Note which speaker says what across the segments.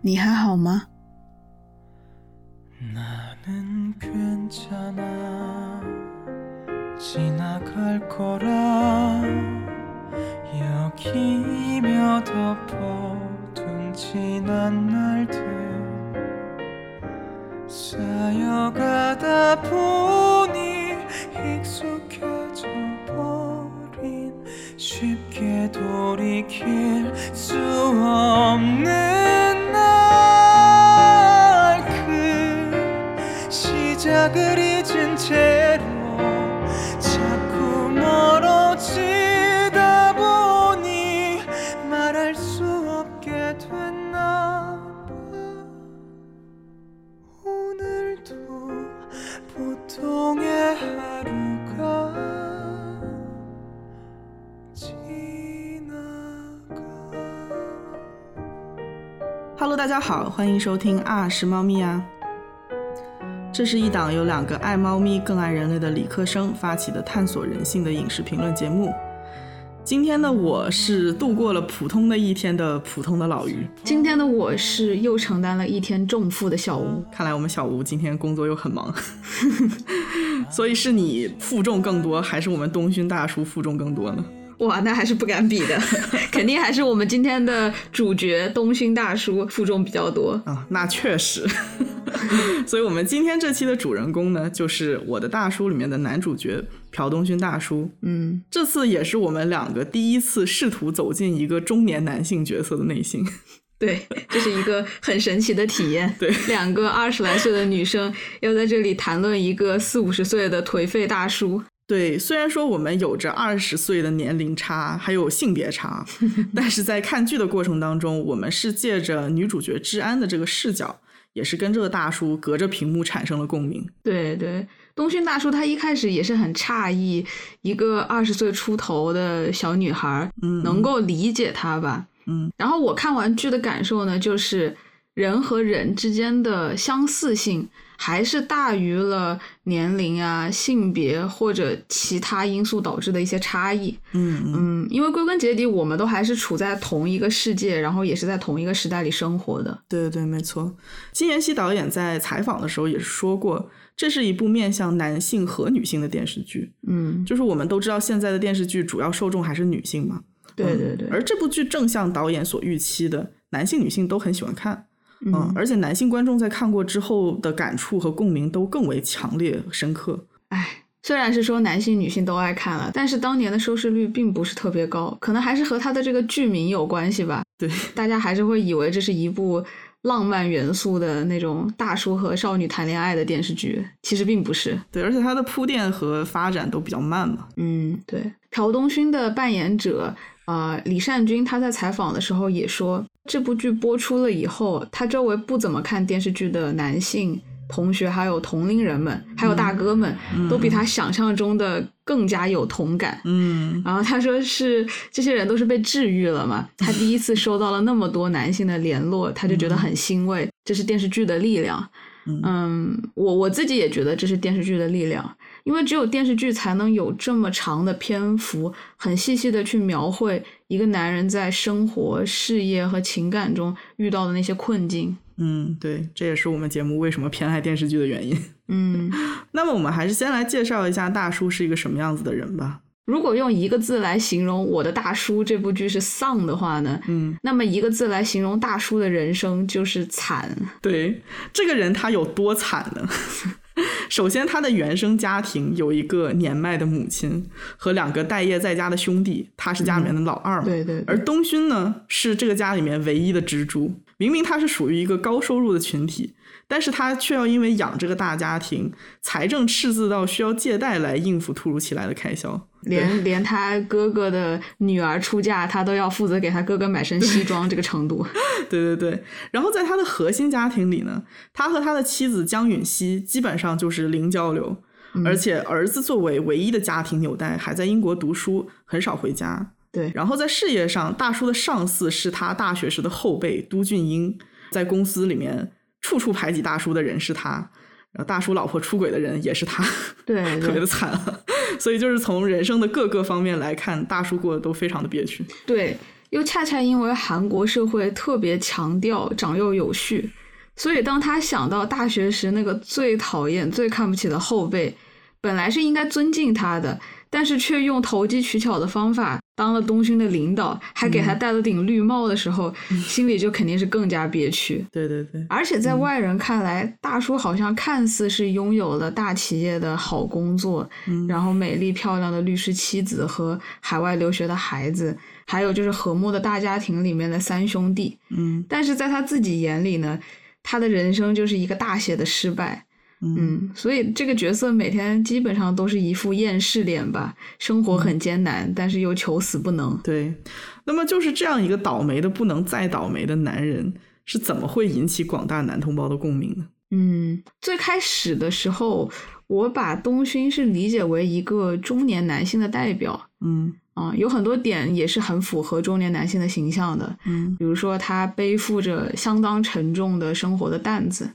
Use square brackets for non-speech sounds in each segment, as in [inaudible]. Speaker 1: 你还好吗？
Speaker 2: 나는 괜찮아 지나갈 거라 여기며 덮어둔 지난 날들 쌓여가다 보니 익숙해져 버린 쉽게 돌이킬 수 없는 날그 시작을 잊은 채로 자꾸 멀어지다 보니 말할 수 없게 됐나 봐 오늘도 보통의 하루가 지나가
Speaker 1: Hello，大家好，欢迎收听啊是猫咪啊。这是一档由两个爱猫咪更爱人类的理科生发起的探索人性的影视评论节目。今天的我是度过了普通的一天的普通的老于。
Speaker 3: 今天的我是又承担了一天重负的小吴，
Speaker 1: 看来我们小吴今天工作又很忙， [laughs] 所以是你负重更多，还是我们东勋大叔负重更多呢？
Speaker 3: 哇，那还是不敢比的， [laughs] 肯定还是我们今天的主角东勋大叔负重比较多。
Speaker 1: 啊，那确实。 [laughs] 所以，我们今天这期的主人公呢，就是我的大叔里面的男主角朴东勋大叔。
Speaker 3: 嗯，
Speaker 1: 这次也是我们两个第一次试图走进一个中年男性角色的内心。 [laughs]
Speaker 3: 对，这是一个很神奇的体验。
Speaker 1: 对，
Speaker 3: 两个二十来岁的女生要在这里谈论一个四五十岁的颓废大叔，
Speaker 1: 对，虽然说我们有着二十岁的年龄差，还有性别差， [laughs] 但是在看剧的过程当中，我们是借着女主角治安的这个视角，也是跟这个大叔隔着屏幕产生了共鸣。
Speaker 3: 对对，东勋大叔他一开始也是很诧异，一个二十岁出头的小女孩，
Speaker 1: 嗯
Speaker 3: 能够理解他吧？
Speaker 1: 嗯，
Speaker 3: 然后我看完剧的感受呢，就是人和人之间的相似性还是大于了年龄啊、性别或者其他因素导致的一些差异。
Speaker 1: 嗯嗯
Speaker 3: 嗯，因为归根结底，我们都还是处在同一个世界，然后也是在同一个时代里生活的。
Speaker 1: 对对对，没错。金妍希导演在采访的时候也是说过，这是一部面向男性和女性的电视剧。
Speaker 3: 嗯，
Speaker 1: 就是我们都知道，现在的电视剧主要受众还是女性嘛。
Speaker 3: 对
Speaker 1: 嗯
Speaker 3: 对对，
Speaker 1: 而这部剧正像导演所预期的，男性、女性都很喜欢看。嗯，而且男性观众在看过之后的感触和共鸣都更为强烈、深刻。
Speaker 3: 唉，虽然是说男性、女性都爱看了，但是当年的收视率并不是特别高，可能还是和它的这个剧名有关系吧。
Speaker 1: 对，
Speaker 3: 大家还是会以为这是一部浪漫元素的那种大叔和少女谈恋爱的电视剧，其实并不是。
Speaker 1: 对，而且它的铺垫和发展都比较慢嘛。
Speaker 3: 嗯，对，朴东勋的扮演者呃李善均，他在采访的时候也说，这部剧播出了以后，他周围不怎么看电视剧的男性同学，还有同龄人们，还有大哥们，都比他想象中的更加有同感。
Speaker 1: 嗯，
Speaker 3: 然后他说是这些人都是被治愈了
Speaker 1: [laughs]
Speaker 3: 嘛，他第一次收到了那么多男性的联络，他就觉得很欣慰，这是电视剧的力量。
Speaker 1: 嗯
Speaker 3: 嗯，我我自己也觉得这是电视剧的力量，因为只有电视剧才能有这么长的篇幅，很细细的去描绘一个男人在生活、事业和情感中遇到的那些困境。
Speaker 1: 嗯，对，这也是我们节目为什么偏爱电视剧的原因。 [laughs]
Speaker 3: 嗯，
Speaker 1: 那么我们还是先来介绍一下大叔是一个什么样子的人吧。
Speaker 3: 如果用一个字来形容《我的大叔》这部剧是丧的话呢，
Speaker 1: 嗯，
Speaker 3: 那么一个字来形容大叔的人生就是惨。
Speaker 1: 对，这个人他有多惨呢？ [laughs] 首先，他的原生家庭有一个年迈的母亲和两个待业在家的兄弟，他是家里面的老二
Speaker 3: 嗯
Speaker 1: 嘛。
Speaker 3: 对对对
Speaker 1: 而东勋呢，是这个家里面唯一的支柱。明明他是属于一个高收入的群体，但是他却要因为养这个大家庭，财政赤字到需要借贷来应付突如其来的开销。 [laughs]
Speaker 3: 连连他哥哥的女儿出嫁，他都要负责给他哥哥买身西装，这个程
Speaker 1: [laughs]
Speaker 3: 度。
Speaker 1: 对对对，然后在他的核心家庭里呢，他和他的妻子江允熙基本上就是零交流，而且儿子作为唯一的家庭纽带，还在英国读书，很少回家。
Speaker 3: 对
Speaker 1: 然后在事业上，大叔的上司是他大学时的后辈都俊英，在公司里面处处排挤大叔的人是他。然后大叔老婆出轨的人也是他，
Speaker 3: 对
Speaker 1: 特别的
Speaker 3: 对
Speaker 1: 惨 [laughs] 啊！所以就是从人生的各个方面来看，大叔过得都非常的憋屈。
Speaker 3: 对，又恰恰因为韩国社会特别强调长幼有序，所以当他想到大学时那个最讨厌、最看不起的后辈，本来是应该尊敬他的，但是却用投机取巧的方法当了东勋的领导，还给
Speaker 1: 嗯
Speaker 3: 他戴了顶绿帽的时候，
Speaker 1: [laughs]
Speaker 3: 心里就肯定是更加憋屈。
Speaker 1: 对对对，
Speaker 3: 而且在外人看来，大叔好像看似是拥有了大企业的好工作，
Speaker 1: 嗯
Speaker 3: 然后美丽漂亮的律师妻子和海外留学的孩子，还有就是和睦的大家庭里面的三兄弟。
Speaker 1: 嗯
Speaker 3: 但是在他自己眼里呢，他的人生就是一个大写的失败。
Speaker 1: 嗯
Speaker 3: 嗯，所以这个角色每天基本上都是一副厌世脸吧，生
Speaker 1: 嗯
Speaker 3: 活很艰难，但是又求死不能。
Speaker 1: 对。那么就是这样一个倒霉的不能再倒霉的男人，是怎么会引起广大男同胞的共鸣呢？
Speaker 3: 嗯，最开始的时候，我把东勋是理解为一个中年男性的代表
Speaker 1: 嗯
Speaker 3: 啊、有很多点也是很符合中年男性的形象的，
Speaker 1: 嗯
Speaker 3: 比如说他背负着相当沉重的生活的担子，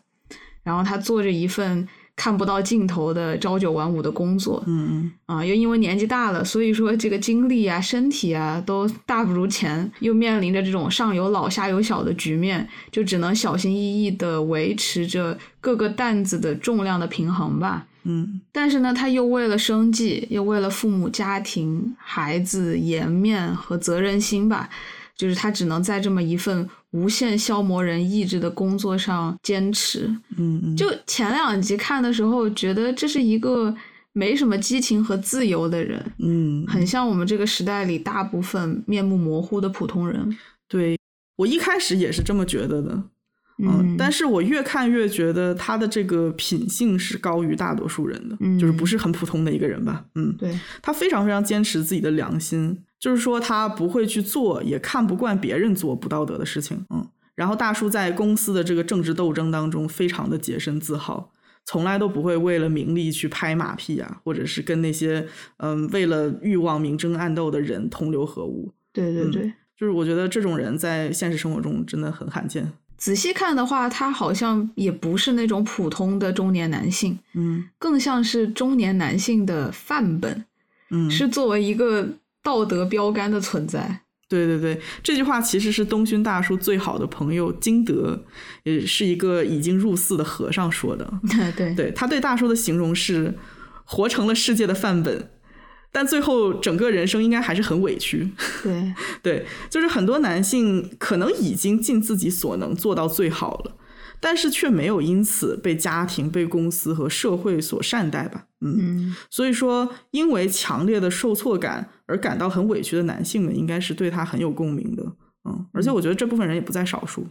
Speaker 3: 然后他做着一份看不到尽头的朝九晚五的工作
Speaker 1: 嗯
Speaker 3: 啊、又因为年纪大了，所以说这个精力啊、身体啊都大不如前，又面临着这种上有老下有小的局面，就只能小心翼翼地维持着各个担子的重量的平衡吧。
Speaker 1: 嗯
Speaker 3: 但是呢，他又为了生计，又为了父母、家庭、孩子颜面和责任心吧，就是他只能在这么一份无限消磨人意志的工作上坚持。
Speaker 1: 嗯嗯，
Speaker 3: 就前两集看的时候，觉得这是一个没什么激情和自由的人，
Speaker 1: 嗯
Speaker 3: 很像我们这个时代里大部分面目模糊的普通人。
Speaker 1: 对。我一开始也是这么觉得的，嗯，但
Speaker 3: 是
Speaker 1: 是我越看越觉得他的这个品性是高于大多数人的，就是不
Speaker 3: 嗯
Speaker 1: 是很普通的一个人吧，嗯，
Speaker 3: 对，
Speaker 1: 他非常非常坚持自己的良心，就是说他不会去做，也看不惯别人做不道德的事情。嗯，然后大叔在公司的这个政治斗争当中，非常的洁身自好，从来都不会为了名利去拍马屁啊，或者是跟那些嗯为了欲望明争暗斗的人同流合污。
Speaker 3: 对对
Speaker 1: 嗯
Speaker 3: 对。
Speaker 1: 就是我觉得这种人在现实生活中真的很罕见。
Speaker 3: 仔细看的话，他好像也不是那种普通的中年男性，
Speaker 1: 嗯
Speaker 3: 更像是中年男性的范本，
Speaker 1: 嗯，
Speaker 3: 是作为一个道德标杆的存在。
Speaker 1: 对对对，这句话其实是东勋大叔最好的朋友金德，也是一个已经入寺的和尚说的。
Speaker 3: [laughs] 对，
Speaker 1: 嗯对他对大叔的形容是活成了世界的范本，但最后整个人生应该还是很委屈。
Speaker 3: 对，
Speaker 1: 对，就是很多男性可能已经尽自己所能做到最好了，但是却没有因此被家庭、被公司和社会所善待吧。嗯，
Speaker 3: 嗯，
Speaker 1: 所以说，因为强烈的受挫感而感到很委屈的男性们，应该是对他很有共鸣的。嗯，而且我觉得这部分人也不在少数。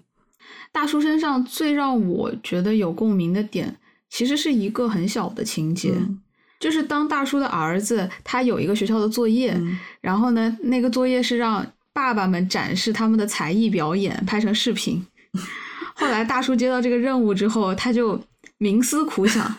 Speaker 3: 大叔身上最让我觉得有共鸣的点，其实是一个很小的情节。
Speaker 1: 嗯
Speaker 3: 就是当大叔的儿子，他有一个学校的作业，
Speaker 1: 嗯
Speaker 3: 然后呢，那个作业是让爸爸们展示他们的才艺表演，拍成视频。 [laughs] 后来大叔接到这个任务之后，他就冥思苦想，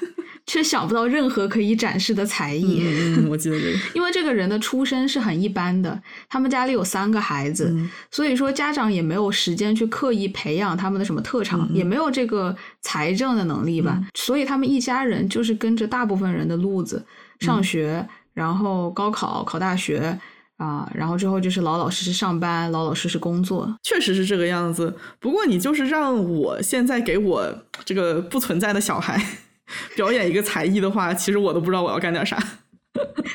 Speaker 3: 却想不到任何可以展示的才艺。
Speaker 1: 嗯，嗯我记得这个。
Speaker 3: 因为这个人的出身是很一般的，他们家里有三个孩子，
Speaker 1: 嗯
Speaker 3: 所以说家长也没有时间去刻意培养他们的什么特长，
Speaker 1: 嗯嗯
Speaker 3: 也没有这个财政的能力吧，所以他们一家人就是跟着大部分人的路子上学，然后高考考大学。啊，然后之后就是老老实实上班，老老实实工作。
Speaker 1: 确实是这个样子。不过你就是让我现在给我这个不存在的小孩表演一个才艺的话，其实我都不知道我要干点啥。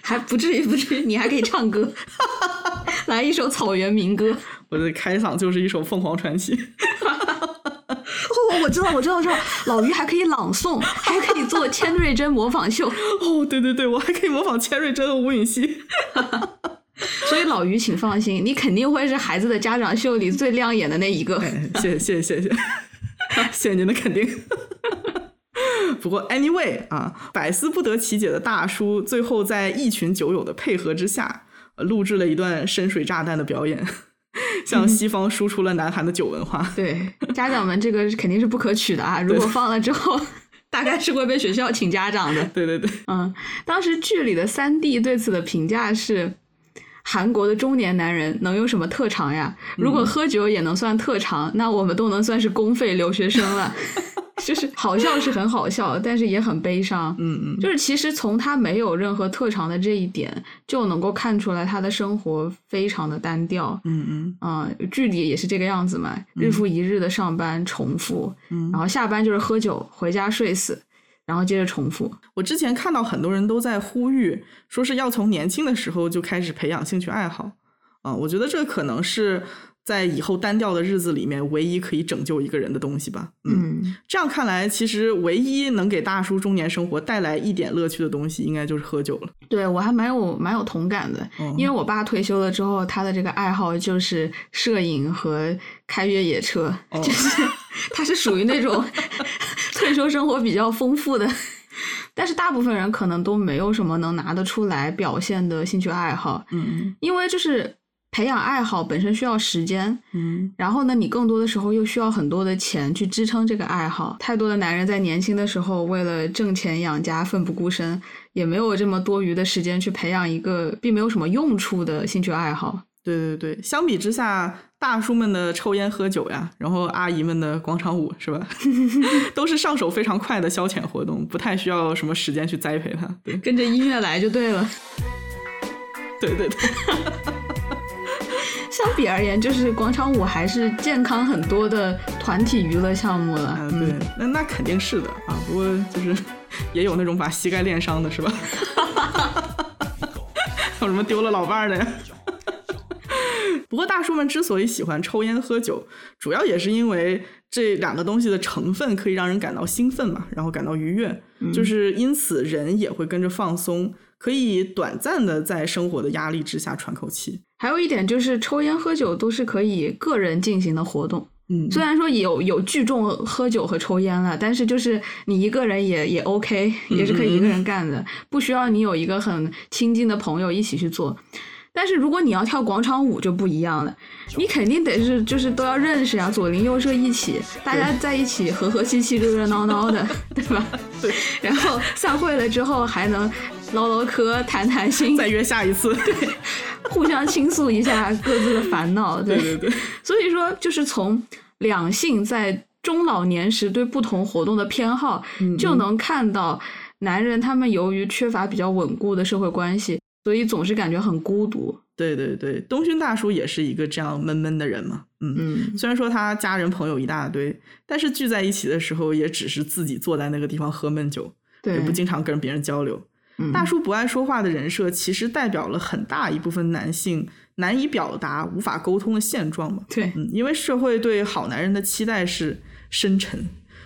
Speaker 3: 还不至于，不至于，你还可以唱歌， [laughs] 来一首草原民歌。
Speaker 1: 我的开嗓就是一首《凤凰传奇》。
Speaker 3: [laughs]
Speaker 1: [laughs]
Speaker 3: 哦，我知道，我知道，我知道， [laughs] 老于还可以朗诵，还可以做千瑞珍模仿秀， [laughs]
Speaker 1: 哦，对对对，我还可以模仿千瑞珍和吴允熙。
Speaker 3: 所以老于请放心，你肯定会是孩子的家长秀里最亮眼的那一个。
Speaker 1: 哎 [laughs] 谢谢谢谢谢谢谢谢您的肯定。 [laughs] 不过，anyway 啊，百思不得其解的大叔，最后在一群酒友的配合之下，呃录制了一段深水炸弹的表演，向西方输出了南韩的酒文化。 [laughs]
Speaker 3: 对，家长们这个肯定是不可取的啊！如果放了之后，大概是会被学校请家长的。
Speaker 1: 对对对，
Speaker 3: 嗯，当时剧里的三弟对此的评价是：韩国的中年男人能有什么特长呀？如果喝酒也能算特长，那我们都能算是公费留学生了。就是好笑是很好笑，但是也很悲伤。
Speaker 1: 嗯嗯，
Speaker 3: 就是其实从他没有任何特长的这一点，就能够看出来他的生活非常的单调。
Speaker 1: 嗯嗯
Speaker 3: 啊、剧里也是这个样子嘛，日复一日的上班重复，
Speaker 1: 嗯
Speaker 3: 然后下班就是喝酒，回家睡死，然后接着重复。
Speaker 1: 我之前看到很多人都在呼吁，说是要从年轻的时候就开始培养兴趣爱好。啊、我觉得这可能是在以后单调的日子里面唯一可以拯救一个人的东西吧。
Speaker 3: 嗯，
Speaker 1: 这样看来，其实唯一能给大叔中年生活带来一点乐趣的东西，应该就是喝酒了。
Speaker 3: 对我还蛮有蛮有同感的，
Speaker 1: 嗯
Speaker 3: 因为我爸退休了之后，他的这个爱好就是摄影和开越野车，
Speaker 1: 哦
Speaker 3: 就是他是属于那种 [laughs] 退休生活比较丰富的。 [laughs] 但是大部分人可能都没有什么能拿得出来表现的兴趣爱好，
Speaker 1: 嗯
Speaker 3: 因为就是培养爱好本身需要时间，
Speaker 1: 嗯
Speaker 3: 然后呢，你更多的时候又需要很多的钱去支撑这个爱好。太多的男人在年轻的时候为了挣钱养家奋不顾身，也没有这么多余的时间去培养一个并没有什么用处的兴趣爱好。
Speaker 1: 对对对，相比之下，大叔们的抽烟喝酒呀，然后阿姨们的广场舞是吧， [laughs] 都是上手非常快的消遣活动，不太需要什么时间去栽培它。对
Speaker 3: 跟着音乐来就对了。
Speaker 1: 对对对，
Speaker 3: 相比而言，就是广场舞还是健康很多的团体娱乐项目了。
Speaker 1: 啊
Speaker 3: 嗯
Speaker 1: 对，那那肯定是的啊。不过就是也有那种把膝盖练伤的是吧？有什么丢了老伴儿的呀？不过大叔们之所以喜欢抽烟喝酒，主要也是因为这两个东西的成分可以让人感到兴奋嘛，然后感到愉悦，就是因此人也会跟着放松，可以短暂的在生活的压力之下喘口气。
Speaker 3: 还有一点就是，抽烟喝酒都是可以个人进行的活动。
Speaker 1: 嗯，
Speaker 3: 虽然说有有聚众喝酒和抽烟了，但是就是你一个人也也 OK，也是可以一个人干的，不需要你有一个很亲近的朋友一起去做。但是如果你要跳广场舞就不一样了，你肯定得是就是都要认识啊，左邻右舍一起，大家在一起和和气气、热热闹闹的，对吧？
Speaker 1: 对。
Speaker 3: 然后散会了之后还能唠唠嗑、谈谈心，
Speaker 1: 再约下一次。
Speaker 3: 互相倾诉一下各自的烦恼，对
Speaker 1: 对对对，
Speaker 3: 所以说，就是从两性在中老年时对不同活动的偏好，就能看到男人他们由于缺乏比较稳固的社会关系，所以总是感觉很孤独。
Speaker 1: 对对对，东勋大叔也是一个这样闷闷的人嘛。嗯，
Speaker 3: 嗯，
Speaker 1: 虽然说他家人朋友一大堆，但是聚在一起的时候也只是自己坐在那个地方喝闷酒，
Speaker 3: 对
Speaker 1: 也，不经常跟别人交流。
Speaker 3: 嗯
Speaker 1: 大叔不爱说话的人设，其实代表了很大一部分男性难以表达、无法沟通的现状嘛。
Speaker 3: [laughs] 对，
Speaker 1: 嗯，因为社会对好男人的期待是深沉、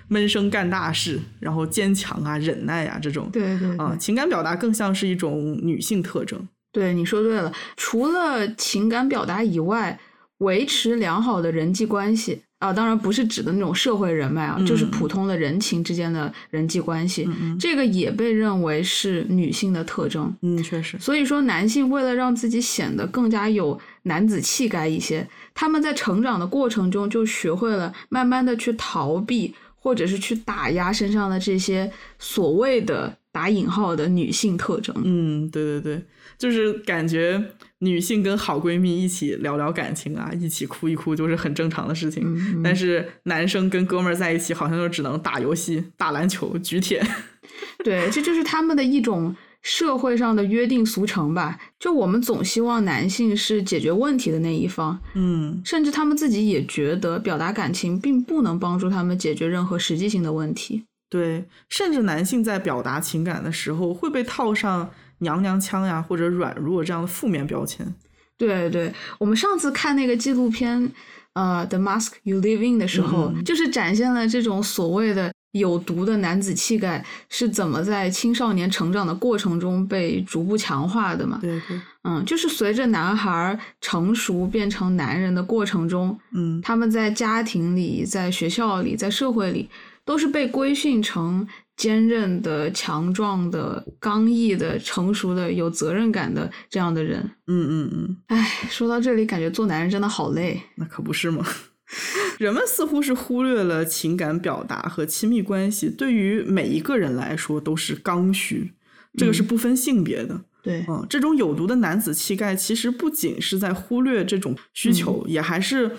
Speaker 1: 闷声干大事，然后坚强啊、忍耐啊这种。
Speaker 3: 对对
Speaker 1: 啊、
Speaker 3: 对，
Speaker 1: 情感表达更像是一种女性特征。
Speaker 3: 对，你说对了。除了情感表达以外，维持良好的人际关系啊，当然不是指的那种社会人脉啊，就是
Speaker 1: 嗯
Speaker 3: 普通的人情之间的人际关系，
Speaker 1: 嗯
Speaker 3: 这个也被认为是女性的特征。
Speaker 1: 嗯，确实。
Speaker 3: 所以说，男性为了让自己显得更加有男子气概一些，他们在成长的过程中就学会了慢慢的去逃避，或者是去打压身上的这些所谓的打引号的女性特征。
Speaker 1: 嗯，对对对，就是感觉女性跟好闺蜜一起聊聊感情啊，一起哭一哭，就是很正常的事情。
Speaker 3: 嗯
Speaker 1: 但是男生跟哥们儿在一起，好像就只能打游戏、打篮球、举铁。 [laughs]
Speaker 3: 对，这就是他们的一种社会上的约定俗成吧。就我们总希望男性是解决问题的那一方，
Speaker 1: 嗯
Speaker 3: 甚至他们自己也觉得表达感情并不能帮助他们解决任何实际性的问题。
Speaker 1: 对，甚至男性在表达情感的时候，会被套上娘娘腔呀或者软弱这样的负面标签。
Speaker 3: 对对，我们上次看那个纪录片，呃，《The Mask You Live In》的时候，
Speaker 1: 嗯
Speaker 3: 就是展现了这种所谓的有毒的男子气概是怎么在青少年成长的过程中被逐步强化的嘛。
Speaker 1: 对对，
Speaker 3: 嗯，就是随着男孩成熟变成男人的过程中，
Speaker 1: 嗯
Speaker 3: 他们在家庭里、在学校里、在社会里，都是被规训成坚韧的、强壮的、刚毅的、成熟的、有责任感的这样的人。
Speaker 1: 嗯嗯嗯，
Speaker 3: 唉，说到这里，感觉做男人真的好累。
Speaker 1: 那可不是吗？ [laughs] 人们似乎是忽略了情感表达和亲密关系对于每一个人来说都是刚需，这个是不分性别的。
Speaker 3: 对，
Speaker 1: 嗯，这种有毒的男子气概其实不仅是在忽略这种需求，也还是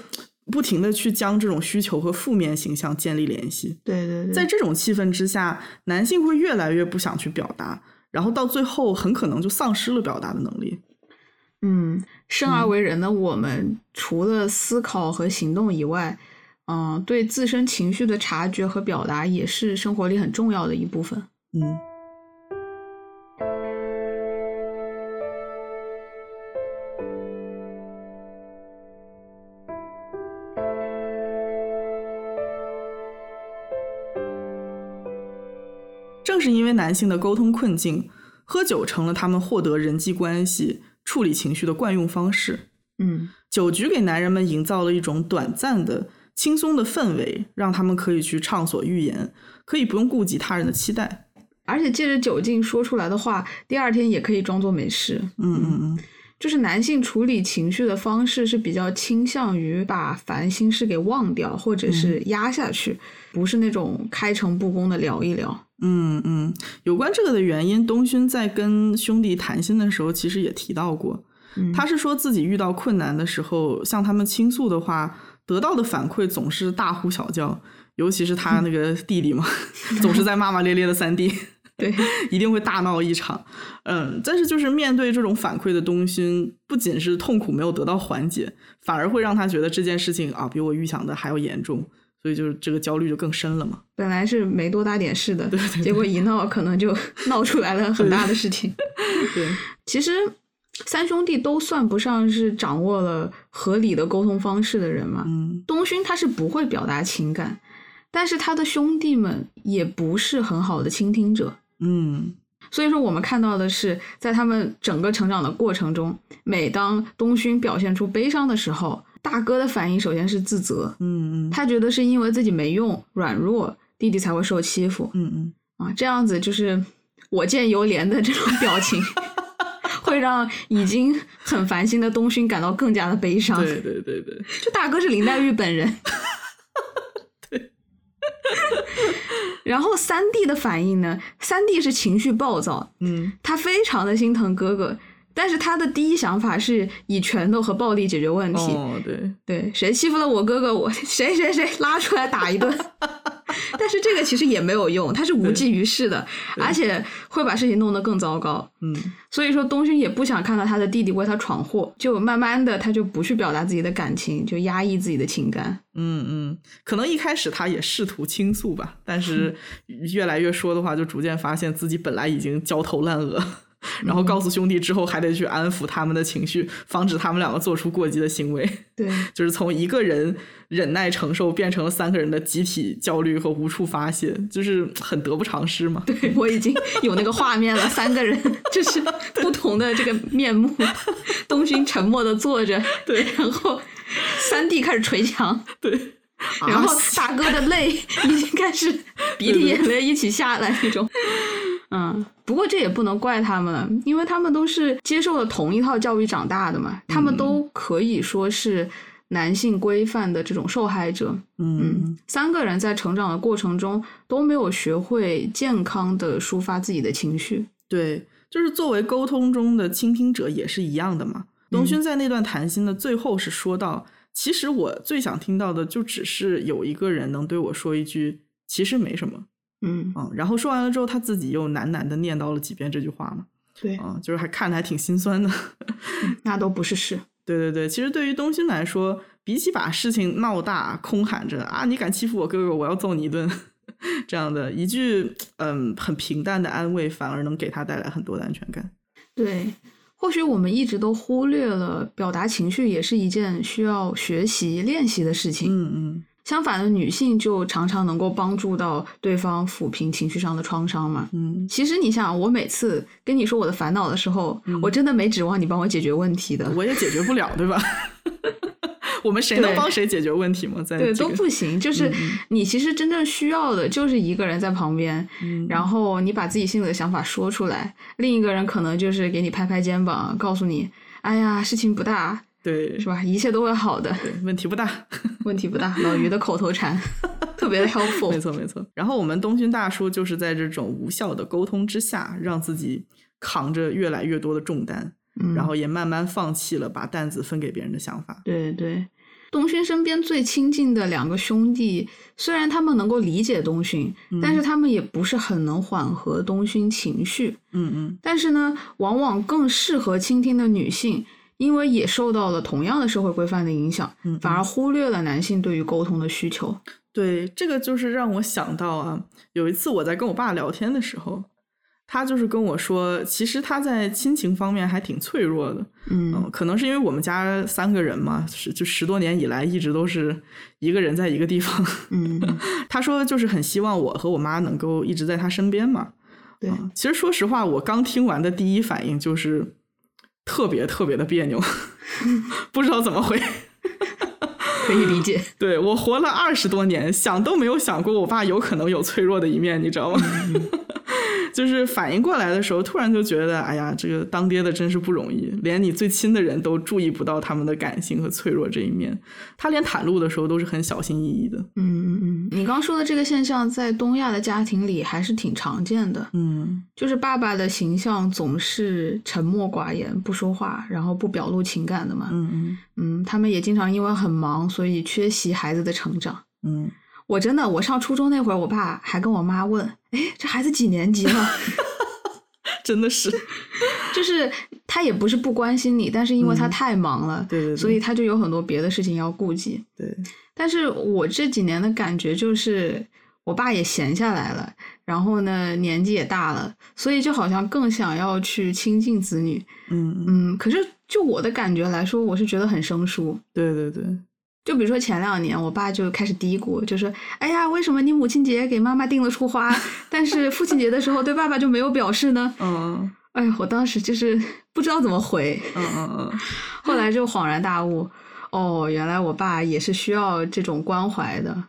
Speaker 1: 不停的去将这种需求和负面形象建立联系。
Speaker 3: 对对对，
Speaker 1: 在这种气氛之下，男性会越来越不想去表达，然后到最后很可能就丧失了表达的能力。
Speaker 3: 嗯，生而为人的我们，除了思考和行动以外，嗯、对自身情绪的察觉和表达也是生活里很重要的一部分。
Speaker 1: 嗯，正是因为男性的沟通困境，喝酒成了他们获得人际关系、处理情绪的惯用方式。
Speaker 3: 嗯
Speaker 1: 酒局给男人们营造了一种短暂的、轻松的氛围，让他们可以去畅所欲言，可以不用顾及他人的期待。
Speaker 3: 而且借着酒劲说出来的话，第二天也可以装作没事。
Speaker 1: 嗯嗯嗯，
Speaker 3: 就是男性处理情绪的方式是比较倾向于把烦心事给忘掉，或
Speaker 1: 嗯
Speaker 3: 者是压下去，不是那种开诚布公的聊一聊。
Speaker 1: 嗯嗯，有关这个的原因，东勋在跟兄弟谈心的时候，其实也提到过。
Speaker 3: 嗯
Speaker 1: 他是说自己遇到困难的时候，向他们倾诉的话，得到的反馈总是大呼小叫，尤其是他那个弟弟嘛， [laughs] 总是在骂骂咧咧的三弟。
Speaker 3: [laughs] 对，
Speaker 1: 一定会大闹一场。嗯，但是就是面对这种反馈的东勋，不仅是痛苦没有得到缓解，反而会让他觉得这件事情啊比我预想的还要严重，所以就是这个焦虑就更深了嘛。
Speaker 3: 本来是没多大点事的，结果一闹可能就 [laughs] 闹出来了很大的事情。 [laughs]
Speaker 1: 对，
Speaker 3: 其实三兄弟都算不上是掌握了合理的沟通方式的人嘛。
Speaker 1: 嗯
Speaker 3: 东勋他是不会表达情感，但是他的兄弟们也不是很好的倾听者。
Speaker 1: 嗯
Speaker 3: 所以说，我们看到的是，在他们整个成长的过程中，每当东勋表现出悲伤的时候，大哥的反应首先是自责，
Speaker 1: 嗯嗯
Speaker 3: 他觉得是因为自己没用、软弱，弟弟才会受欺负
Speaker 1: 嗯嗯，
Speaker 3: 啊。这样子就是我见犹怜的这种表情， [laughs] 会让已经很烦心的东勋感到更加的悲伤。
Speaker 1: [laughs] 对对对对，
Speaker 3: 就大哥是林黛玉本人。
Speaker 1: [laughs]
Speaker 3: 对。然后三弟的反应呢？三弟是情绪暴躁，
Speaker 1: 嗯
Speaker 3: 他非常的心疼哥哥，但是他的第一想法是以拳头和暴力解决问题。
Speaker 1: 哦对，
Speaker 3: 对，谁欺负了我哥哥，我 [laughs] 谁谁谁拉出来打一顿。 [laughs] 但是这个其实也没有用，他是无济于事的，
Speaker 1: 对
Speaker 3: 而且会把事情弄得更糟糕。
Speaker 1: 嗯
Speaker 3: 所以说，东勋也不想看到他的弟弟为他闯祸，就慢慢的他就不去表达自己的感情，就压抑自己的情感。
Speaker 1: 嗯嗯，可能一开始他也试图倾诉吧，但是越来越说的话，就逐渐发现自己本来已经焦头烂额。然后告诉兄弟之后，还得去安抚他们的情绪，防止他们两个做出过激的行为。 [laughs]
Speaker 3: 对， [laughs]
Speaker 1: 就是从一个人忍耐承受变成了三个人的集体焦虑和无处发泄，就是很得不偿失嘛。对，
Speaker 3: 我已经有那个画面了，三个人就是不同的这个面目。 [laughs] 东勋沉默的坐着，
Speaker 1: 对
Speaker 3: 然后三弟开始捶墙，然
Speaker 1: 然
Speaker 3: 后
Speaker 1: 后
Speaker 3: 大哥的泪已经开始鼻涕眼泪一起下来那种。嗯，不过这也不能怪他们了，因为他们都是接受了同一套教育长大的嘛，他们都可以说是男性规范的这种受害者。
Speaker 1: 嗯，
Speaker 3: 三个人在成长的过程中都没有学会健康的抒发自己的情绪。
Speaker 1: 对，就是作为沟通中的倾听者也是一样的嘛。龙勋在那段谈心的最后是说到，其实我最想听到的就只是有一个人能对我说一句，其实没什么，
Speaker 3: 嗯，
Speaker 1: 嗯。然后说完了之后，他自己又喃喃的念叨了几遍这句话嘛，
Speaker 3: 对，
Speaker 1: 嗯，就是还看着还挺心酸的。 [laughs]
Speaker 3: 那都不是事。
Speaker 1: 对对对，其实对于东勋来说，比起把事情闹大，空喊着啊，你敢欺负我哥哥，我要揍你一顿，这样的一句嗯很平淡的安慰，反而能给他带来很多的安全感。
Speaker 3: 对，或许我们一直都忽略了表达情绪也是一件需要学习练习的事情。
Speaker 1: 嗯嗯
Speaker 3: 相反的，女性就常常能够帮助到对方抚平情绪上的创伤嘛。
Speaker 1: 嗯，
Speaker 3: 其实你想，啊我每次跟你说我的烦恼的时候，我真的没指望你帮我解决问题的，
Speaker 1: 嗯我也解决不了，对吧？ [laughs] 我们谁能帮谁解决嗯问题吗？在
Speaker 3: 对，
Speaker 1: 这
Speaker 3: 都
Speaker 1: 个
Speaker 3: 不行。就是你其实真正需要的就是一个人在旁边，
Speaker 1: 嗯
Speaker 3: 然后你把自己心里的想法说出来，另一个人可能就是给你拍拍肩膀，告诉你，哎呀，事情不大，
Speaker 1: 对
Speaker 3: 是吧？一切都会好的，
Speaker 1: 对，问题不大。
Speaker 3: 问题不大。老于的口头禅 [laughs] 特别的 helpful，
Speaker 1: 没错没错。然后我们东勋大叔就是在这种无效的沟通之下，让自己扛着越来越多的重担，
Speaker 3: 嗯
Speaker 1: 然后也慢慢放弃了把担子分给别人的想法。
Speaker 3: 对对，东勋身边最亲近的两个兄弟，虽然他们能够理解东勋，但是他们也不是很能缓和东勋情绪。
Speaker 1: 嗯嗯
Speaker 3: 但是呢，往往更适合倾听的女性，因为也受到了同样的社会规范的影响，
Speaker 1: 嗯嗯
Speaker 3: 反而忽略了男性对于沟通的需求。
Speaker 1: 对，这个就是让我想到啊，有一次我在跟我爸聊天的时候，他就是跟我说，其实他在亲情方面还挺脆弱的，
Speaker 3: 嗯
Speaker 1: 嗯，可能是因为我们家三个人嘛，是就十多年以来一直都是一个人在一个地方。 [laughs]
Speaker 3: 嗯，
Speaker 1: 他说就是很希望我和我妈能够一直在他身边嘛。
Speaker 3: 对，
Speaker 1: 嗯其实说实话，我刚听完的第一反应就是特别特别的别扭， [laughs] 不知道怎么回。
Speaker 3: 可以理解。
Speaker 1: 对我活了二十多年，想都没有想过我爸有可能有脆弱的一面，你知道吗？ [laughs] 就是反应过来的时候，突然就觉得，哎呀，这个当爹的真是不容易，连你最亲的人都注意不到他们的感性和脆弱这一面。他连袒露的时候都是很小心翼翼的。
Speaker 3: 嗯嗯嗯，你刚说的这个现象在东亚的家庭里还是挺常见的，
Speaker 1: 嗯
Speaker 3: 就是爸爸的形象总是沉默寡言、不说话，然后不表露情感的嘛。
Speaker 1: 嗯嗯
Speaker 3: 嗯，他们也经常因为很忙，所以缺席孩子的成长。
Speaker 1: 嗯，
Speaker 3: 我真的，我上初中那会儿，我爸还跟我妈问：“哎，这孩子几年级了 [laughs]
Speaker 1: 真的是，？”
Speaker 3: 就是他也不是不关心你，但是因为他
Speaker 1: 嗯
Speaker 3: 太忙了，
Speaker 1: 对对对，
Speaker 3: 所以他就有很多别的事情要顾及。
Speaker 1: 对，
Speaker 3: 但是我这几年的感觉就是，我爸也闲下来了，然后呢，年纪也大了，所以就好像更想要去亲近子女。
Speaker 1: 嗯嗯，
Speaker 3: 嗯，可是就我的感觉来说，我是觉得很生疏。
Speaker 1: 对对对，
Speaker 3: 就比如说前两年，我爸就开始嘀咕，就说：“哎呀，为什么你母亲节给妈妈订了束花， [laughs] 但是父亲节的时候对爸爸就没有表示呢
Speaker 1: 嗯？”
Speaker 3: 哎呀，我当时就是 [laughs] 不知道怎么回，
Speaker 1: 嗯嗯嗯，
Speaker 3: 后来就恍然大悟，哦，原来我爸也是需要这种关怀的。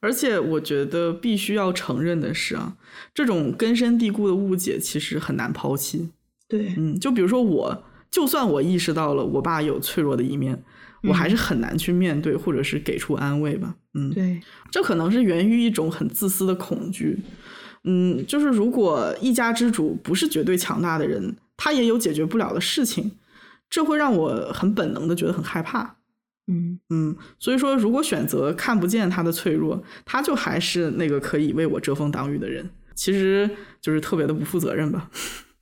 Speaker 1: 而且我觉得必须要承认的是啊，这种根深蒂固的误解其实很难抛弃。
Speaker 3: 对，
Speaker 1: 嗯，就比如说我，就算我意识到了我爸有脆弱的一面，我还是很难去面对，或者是给出安慰吧。嗯，
Speaker 3: 对，
Speaker 1: 这可能是源于一种很自私的恐惧。嗯，就是如果一家之主不是绝对强大的人，他也有解决不了的事情，这会让我很本能的觉得很害怕。
Speaker 3: 嗯
Speaker 1: 嗯，所以说，如果选择看不见他的脆弱，他就还是那个可以为我遮风挡雨的人，其实就是特别的不负责任吧。 [laughs]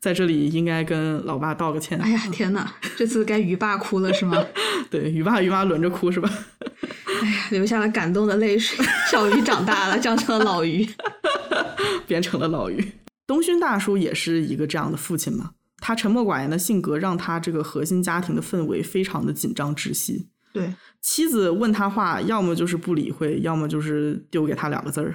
Speaker 1: 在这里应该跟老爸道个歉。
Speaker 3: 哎呀，天哪，这次该于爸哭了是吗？ [laughs]
Speaker 1: 对，于爸于妈轮着哭是吧？ [laughs]
Speaker 3: 哎呀，流下了感动的泪水。小鱼长大了，长成了老鱼。
Speaker 1: 变成了老于。东勋大叔也是一个这样的父亲嘛，他沉默寡言的性格让他这个核心家庭的氛围非常的紧张窒息。
Speaker 3: [laughs] 对，
Speaker 1: 妻子问他话，要么就是不理会，要么就是丢给他两个字儿。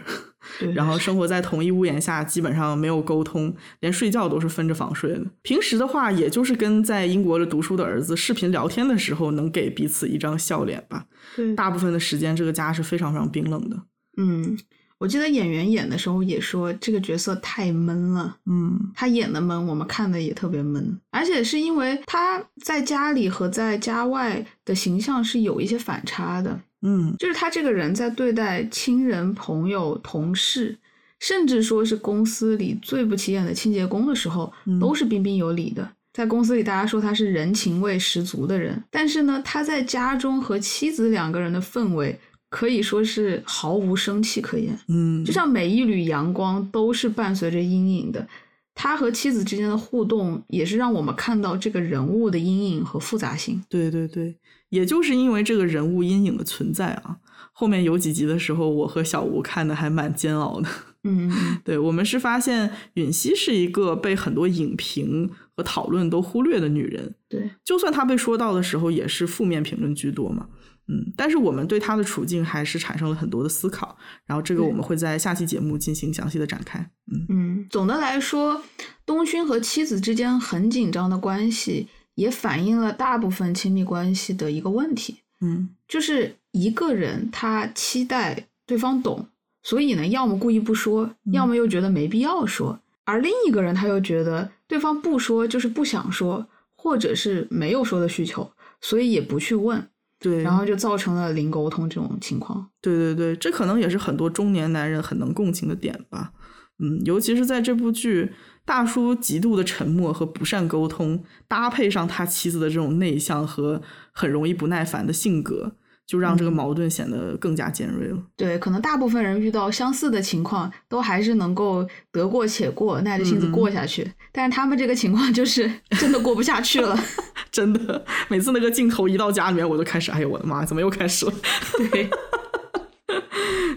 Speaker 3: 对
Speaker 1: 然后生活在同一屋檐下，基本上没有沟通，连睡觉都是分着房睡的。平时的话，也就是跟在英国的读书的儿子视频聊天的时候，能给彼此一张笑脸吧。
Speaker 3: 对，
Speaker 1: 大部分的时间，这个家是非常非常冰冷的。
Speaker 3: 嗯，我记得演员演的时候也说这个角色太闷了。
Speaker 1: 嗯
Speaker 3: 他演的闷，我们看的也特别闷，而且是因为他在家里和在家外的形象是有一些反差的，
Speaker 1: 嗯
Speaker 3: 就是他这个人在对待亲人、朋友、同事，甚至说是公司里最不起眼的清洁工的时候，
Speaker 1: 嗯
Speaker 3: 都是彬彬有礼的。在公司里，大家说他是人情味十足的人，但是呢，他在家中和妻子两个人的氛围可以说是毫无生气可言。
Speaker 1: 嗯，
Speaker 3: 就像每一缕阳光都是伴随着阴影的，他和妻子之间的互动也是让我们看到这个人物的阴影和复杂性。
Speaker 1: 对对对，也就是因为这个人物阴影的存在啊，后面有几集的时候，我和小吴看的还蛮煎熬的。 [laughs]
Speaker 3: 嗯，嗯
Speaker 1: 对我们是发现允熙是一个被很多影评和讨论都忽略的女人，
Speaker 3: 对，
Speaker 1: 就算她被说到的时候，也是负面评论居多嘛。嗯，但是我们对她的处境还是产生了很多的思考，然后这个
Speaker 3: 对
Speaker 1: 我们会在下期节目进行详细的展开。嗯
Speaker 3: 嗯，总的来说，东勋和妻子之间很紧张的关系，也反映了大部分亲密关系的一个问题，
Speaker 1: 嗯
Speaker 3: 就是一个人他期待对方懂，所以呢，要么故意不说，要么又觉得没必要说，而另一个人他又觉得对方不说就是不想说，或者是没有说的需求，所以也不去问，
Speaker 1: 对，
Speaker 3: 然后就造成了零沟通这种情况。
Speaker 1: 对对对，这可能也是很多中年男人很能共情的点吧。嗯，尤其是在这部剧，大叔极度的沉默和不善沟通，搭配上他妻子的这种内向和很容易不耐烦的性格，就让
Speaker 3: 嗯
Speaker 1: 这个矛盾显得更加尖锐了。
Speaker 3: 对，可能大部分人遇到相似的情况，都还是能够得过且过，耐着性子过下去。但是他们这个情况就是 [laughs] 真的过不下去了。 [laughs]
Speaker 1: 真的，每次那个镜头一到家里面，我就开始，哎呦我的妈，怎么又开始了？ [laughs]
Speaker 3: 对，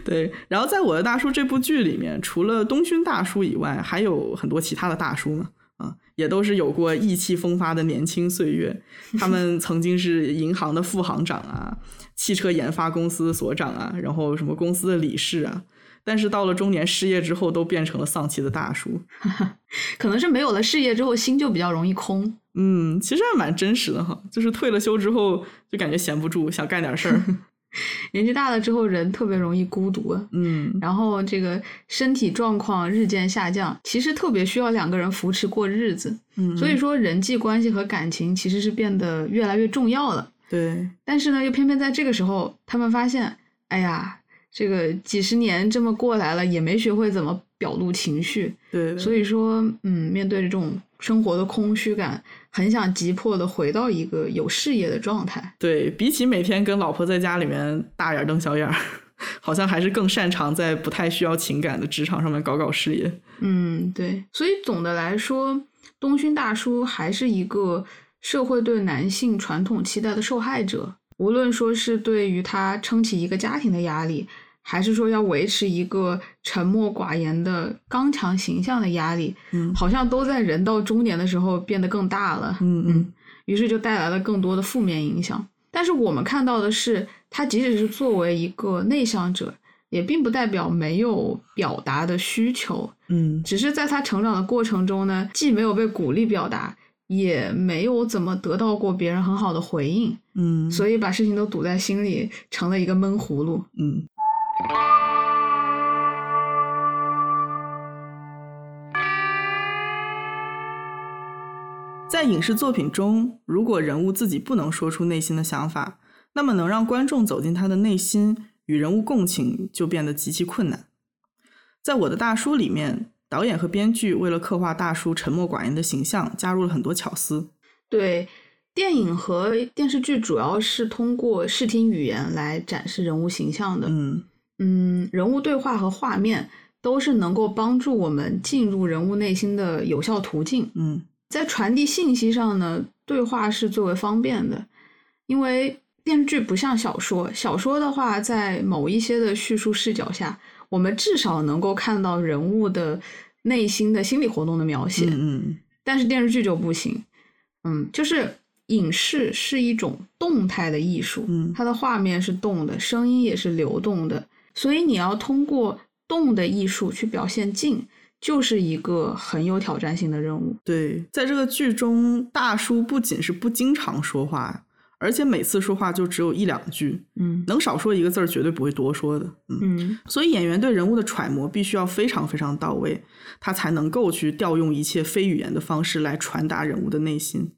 Speaker 1: 对，然后在《我的大叔》这部剧里面，除了东勋大叔以外，还有很多其他的大叔嘛，啊，也都是有过意气风发的年轻岁月。他
Speaker 3: [laughs]
Speaker 1: 们曾经是银行的副行长啊，汽车研发公司所长啊，然后什么公司的理事啊。但是到了中年失业之后，都变成了丧气的大叔。
Speaker 3: 可能是没有了事业之后，心就比较容易空。
Speaker 1: 嗯，其实还蛮真实的哈，就是退了休之后，就感觉闲不住，想干点
Speaker 3: [laughs]
Speaker 1: 事儿。
Speaker 3: 年纪大了之后，人特别容易孤独啊。
Speaker 1: 嗯，
Speaker 3: 然后这个身体状况日渐下降，其实特别需要两个人扶持过日子。
Speaker 1: 嗯
Speaker 3: 所以说，人际关系和感情其实是变得越来越重要了。
Speaker 1: 对，
Speaker 3: 但是呢，又偏偏在这个时候，他们发现，哎呀，这个几十年这么过来了，也没学会怎么表露情绪。
Speaker 1: 对，
Speaker 3: 所
Speaker 1: 以
Speaker 3: 以说，嗯，面对这种生活的空虚感，很想急迫的回到一个有事业的状态。
Speaker 1: 对比起每天跟老婆在家里面大眼瞪小眼儿， [laughs] 好像还是更擅长在不太需要情感的职场上面搞搞事业。
Speaker 3: 嗯，对。所以总的来说，东勋大叔还是一个社会对男性传统期待的受害者。无论说是对于他撑起一个家庭的压力，还是说要维持一个沉默寡言的刚强形象的压力，
Speaker 1: 嗯
Speaker 3: 好像都在人到中年的时候变得更大了。
Speaker 1: 嗯嗯，
Speaker 3: 于是就带来了更多的负面影响。但是我们看到的是，他即使是作为一个内向者，也并不代表没有表达的需求，
Speaker 1: 嗯
Speaker 3: 只是在他成长的过程中呢，既没有被鼓励表达，也没有怎么得到过别人很好的回应，
Speaker 1: 嗯，
Speaker 3: 所以把事情都堵在心里，成了一个闷葫芦。
Speaker 1: 嗯在影视作品中，如果人物自己不能说出内心的想法，那么能让观众走进他的内心与人物共情就变得极其困难。在我的大叔里面，导演和编剧为了刻画大叔沉默寡言的形象，加入了很多巧思。
Speaker 3: 对，电影和电视剧主要是通过视听语言来展示人物形象的。
Speaker 1: 嗯
Speaker 3: 嗯，人物对话和画面都是能够帮助我们进入人物内心的有效途径。
Speaker 1: 嗯
Speaker 3: 在传递信息上呢，对话是最为方便的，因为电视剧不像小说，小说的话，在某一些的叙述视角下，我们至少能够看到人物的内心的心理活动的描写，
Speaker 1: 嗯嗯
Speaker 3: 但是电视剧就不行。嗯，就是影视是一种动态的艺术，
Speaker 1: 嗯
Speaker 3: 它的画面是动的，声音也是流动的，所以你要通过动的艺术去表现静，就是一个很有挑战性的任务。
Speaker 1: 对，在这个剧中，大叔不仅是不经常说话，而且每次说话就只有一两句，
Speaker 3: 嗯
Speaker 1: 能少说一个字儿绝对不会多说的。嗯，
Speaker 3: 嗯，
Speaker 1: 所以演员对人物的揣摩必须要非常非常到位，他才能够去调用一切非语言的方式来传达人物的内心。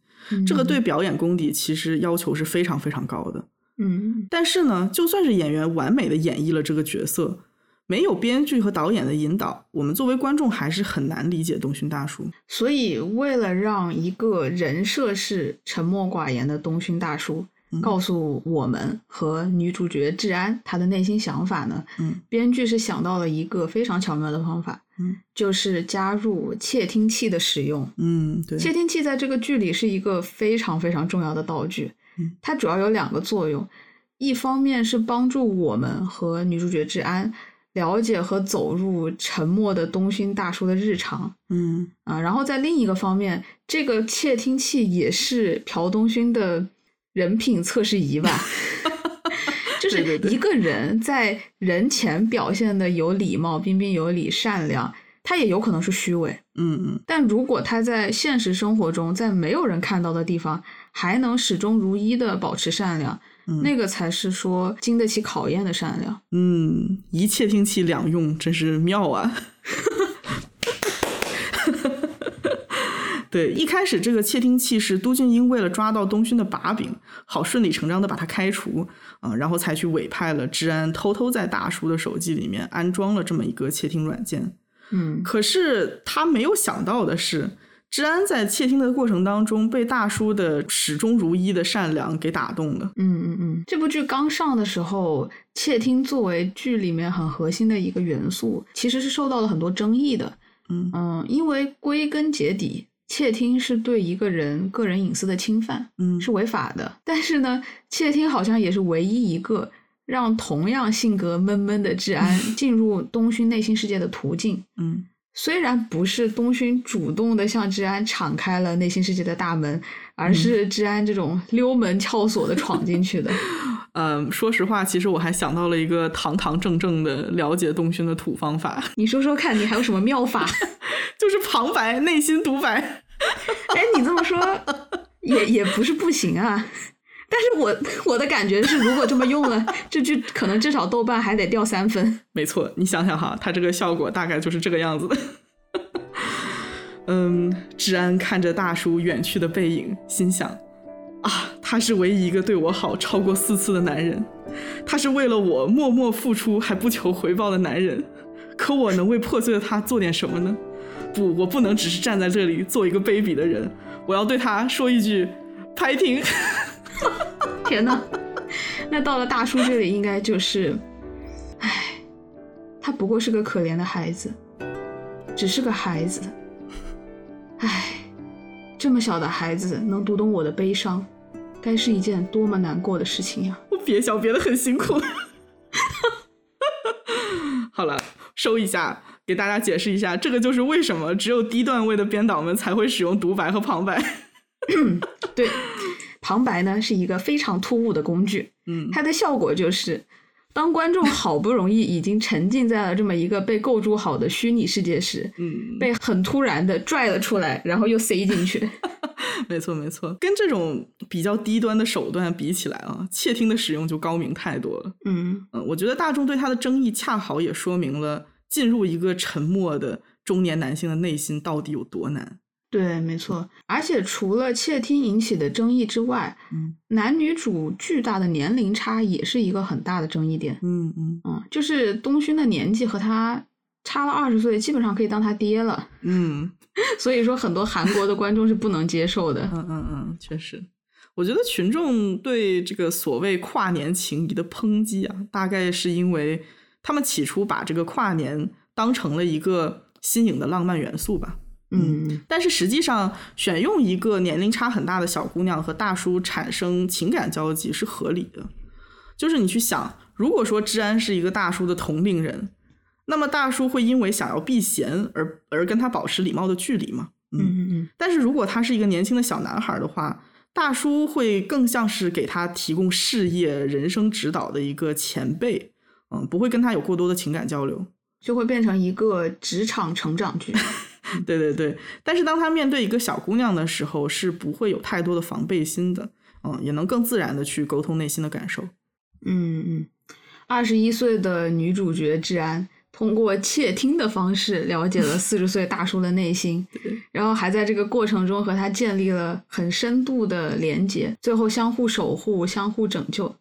Speaker 1: 这个对表演功底其实要求是非常非常高的。
Speaker 3: 嗯，
Speaker 1: 但是呢，就算是演员完美的演绎了这个角色，没有编剧和导演的引导，我们作为观众还是很难理解东勋大叔。
Speaker 3: 所以为了让一个人设是沉默寡言的东勋大叔。
Speaker 1: 嗯
Speaker 3: 告诉我们和女主角治安她的内心想法呢？
Speaker 1: 嗯
Speaker 3: 编剧是想到了一个非常巧妙的方法，
Speaker 1: 嗯，
Speaker 3: 就是加入窃听器的使用。
Speaker 1: 嗯，对，
Speaker 3: 窃听器在这个剧里是一个非常非常重要的道具
Speaker 1: 嗯，
Speaker 3: 它主要有两个作用，一方面是帮助我们和女主角治安了解和走入沉默的东勋大叔的日常
Speaker 1: 嗯。
Speaker 3: 啊，然后在另一个方面，这个窃听器也是朴东勋的人品测试仪
Speaker 1: [laughs]
Speaker 3: 吧。就是
Speaker 1: 对对对
Speaker 3: 一个人在人前表现的有礼貌、彬彬有礼、善良，他也有可能是虚伪。
Speaker 1: 嗯
Speaker 3: 但如果他在现实生活中，在没有人看到的地方，还能始终如一的保持善良，
Speaker 1: 嗯
Speaker 3: 那个才是说经得起考验的善良。
Speaker 1: 嗯，一窃听器两用，真是妙啊！ [laughs] 对，一开始这个窃听器是都俊英为了抓到东勋的把柄，好顺理成章的把他开除啊、然后才去委派了治安偷偷在大叔的手机里面安装了这么一个窃听软件。
Speaker 3: 嗯
Speaker 1: 可是他没有想到的是，治安在窃听的过程当中被大叔的始终如一的善良给打动了。
Speaker 3: 嗯嗯嗯，这部剧刚上的时候，窃听作为剧里面很核心的一个元素，其实是受到了很多争议的。
Speaker 1: 嗯
Speaker 3: 嗯，因为归根结底，窃听是对一个人个人隐私的侵犯，
Speaker 1: 嗯
Speaker 3: 是违法的。但是呢，窃听好像也是唯一一个让同样性格闷闷的治安进入东勋内心世界的途径。
Speaker 1: 嗯
Speaker 3: 虽然不是东勋主动的向治安敞开了内心世界的大门，而
Speaker 1: 嗯
Speaker 3: 是治安这种溜门撬锁的闯进去的。
Speaker 1: 嗯，说实话，其实我还想到了一个堂堂正正的了解东勋的土方法， [laughs]
Speaker 3: 你说说看，你还有什么妙法？ [laughs]
Speaker 1: 就是旁白、内心独白。
Speaker 3: 哎，你这么说也也不是不行啊。但是我我的感觉是，如果这么用了，这剧可能至少豆瓣还得掉三分。
Speaker 1: 没错，你想想哈，它这个效果大概就是这个样子的。嗯，治安看着大叔远去的背影，心想：啊，他是唯一一个对我好超过四次的男人，他是为了我默默付出还不求回报的男人。可我能为破碎的他做点什么呢？不，我不能只是站在这里做一个卑鄙的人，我要对他说一句：拍停。
Speaker 3: 天呐， [laughs] 那到了大叔这里，应该就是，唉，他不过是个可怜的孩子，只是个孩子。唉，这么小的孩子能读懂我的悲伤，该是一件多么难过的事情呀！
Speaker 1: [laughs] 我憋笑憋得很辛苦。 [laughs] 好了，收一下，给大家解释一下，这个就是为什么只有低段位的编导们才会使用独白和旁白。
Speaker 3: 对， [laughs] 旁白呢是一个非常突兀的工具，
Speaker 1: 嗯
Speaker 3: 它的效果就是，当观众好不容易已经沉浸在了这么一个被构筑好的虚拟世界时，
Speaker 1: 嗯，
Speaker 3: 被很突然的拽了出来，然后又塞进去。
Speaker 1: 没错没错，跟这种比较低端的手段比起来啊，窃听的使用就高明太多了。
Speaker 3: 嗯
Speaker 1: 嗯，我觉得大众对他的争议恰好也说明了进入一个沉默的中年男性的内心到底有多难。，
Speaker 3: 对，没错。而且除了窃听引起的争议之外，
Speaker 1: 嗯
Speaker 3: 男女主巨大的年龄差也是一个很大的争议点。
Speaker 1: 嗯嗯
Speaker 3: 嗯，就是东勋的年纪和他差了二十岁，基本上可以当他爹了。 [laughs]
Speaker 1: 嗯。
Speaker 3: 所以说，很多韩国的观众是不能接受的。
Speaker 1: 嗯嗯嗯，确实，我觉得群众对这个所谓跨年情谊的抨击啊，大概是因为他们起初把这个跨年当成了一个新颖的浪漫元素吧。
Speaker 3: 嗯
Speaker 1: 但是实际上，选用一个年龄差很大的小姑娘和大叔产生情感交集是合理的。就是你去想，如果说治安是一个大叔的同龄人，那么大叔会因为想要避嫌而而跟他保持礼貌的距离吗？
Speaker 3: 嗯嗯嗯，
Speaker 1: 但是如果他是一个年轻的小男孩的话，大叔会更像是给他提供事业、人生指导的一个前辈，嗯，不会跟他有过多的情感交流。 [laughs]
Speaker 3: 就会变成一个职场成长剧。
Speaker 1: 对对对，但是当他面对一个小姑娘的时候，是不会有太多的防备心的，嗯，也能更自然的去沟通内心的感受。
Speaker 3: 嗯嗯，二十一岁的女主角治安通过窃听的方式了解了四十岁大叔的内心，然后还在这个过程中和他建立了很深度的连接，最后相互守护、相互拯救。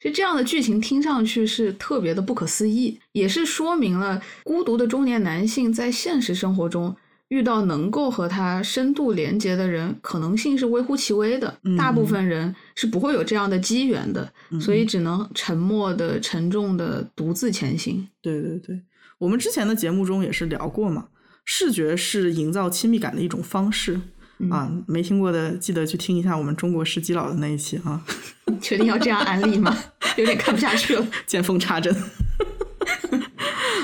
Speaker 3: 就这样的剧情听上去是特别的不可思议，也是说明了孤独的中年男性在现实生活中遇到能够和他深度连接的人，可能性是微乎其微的。
Speaker 1: 嗯
Speaker 3: 大部分人是不会有这样的机缘的，所
Speaker 1: 嗯
Speaker 3: 以只能沉默的、沉重的独自前行。
Speaker 1: 对对对，我们之前的节目中也是聊过嘛，视觉是营造亲密感的一种方式。
Speaker 3: 嗯
Speaker 1: 啊，没听过的记得去听一下我们中国式基佬的那一期啊，
Speaker 3: 你确定要这样安利吗？ [laughs] 有点看不下
Speaker 1: [laughs]
Speaker 3: 去了。
Speaker 1: 见缝插针。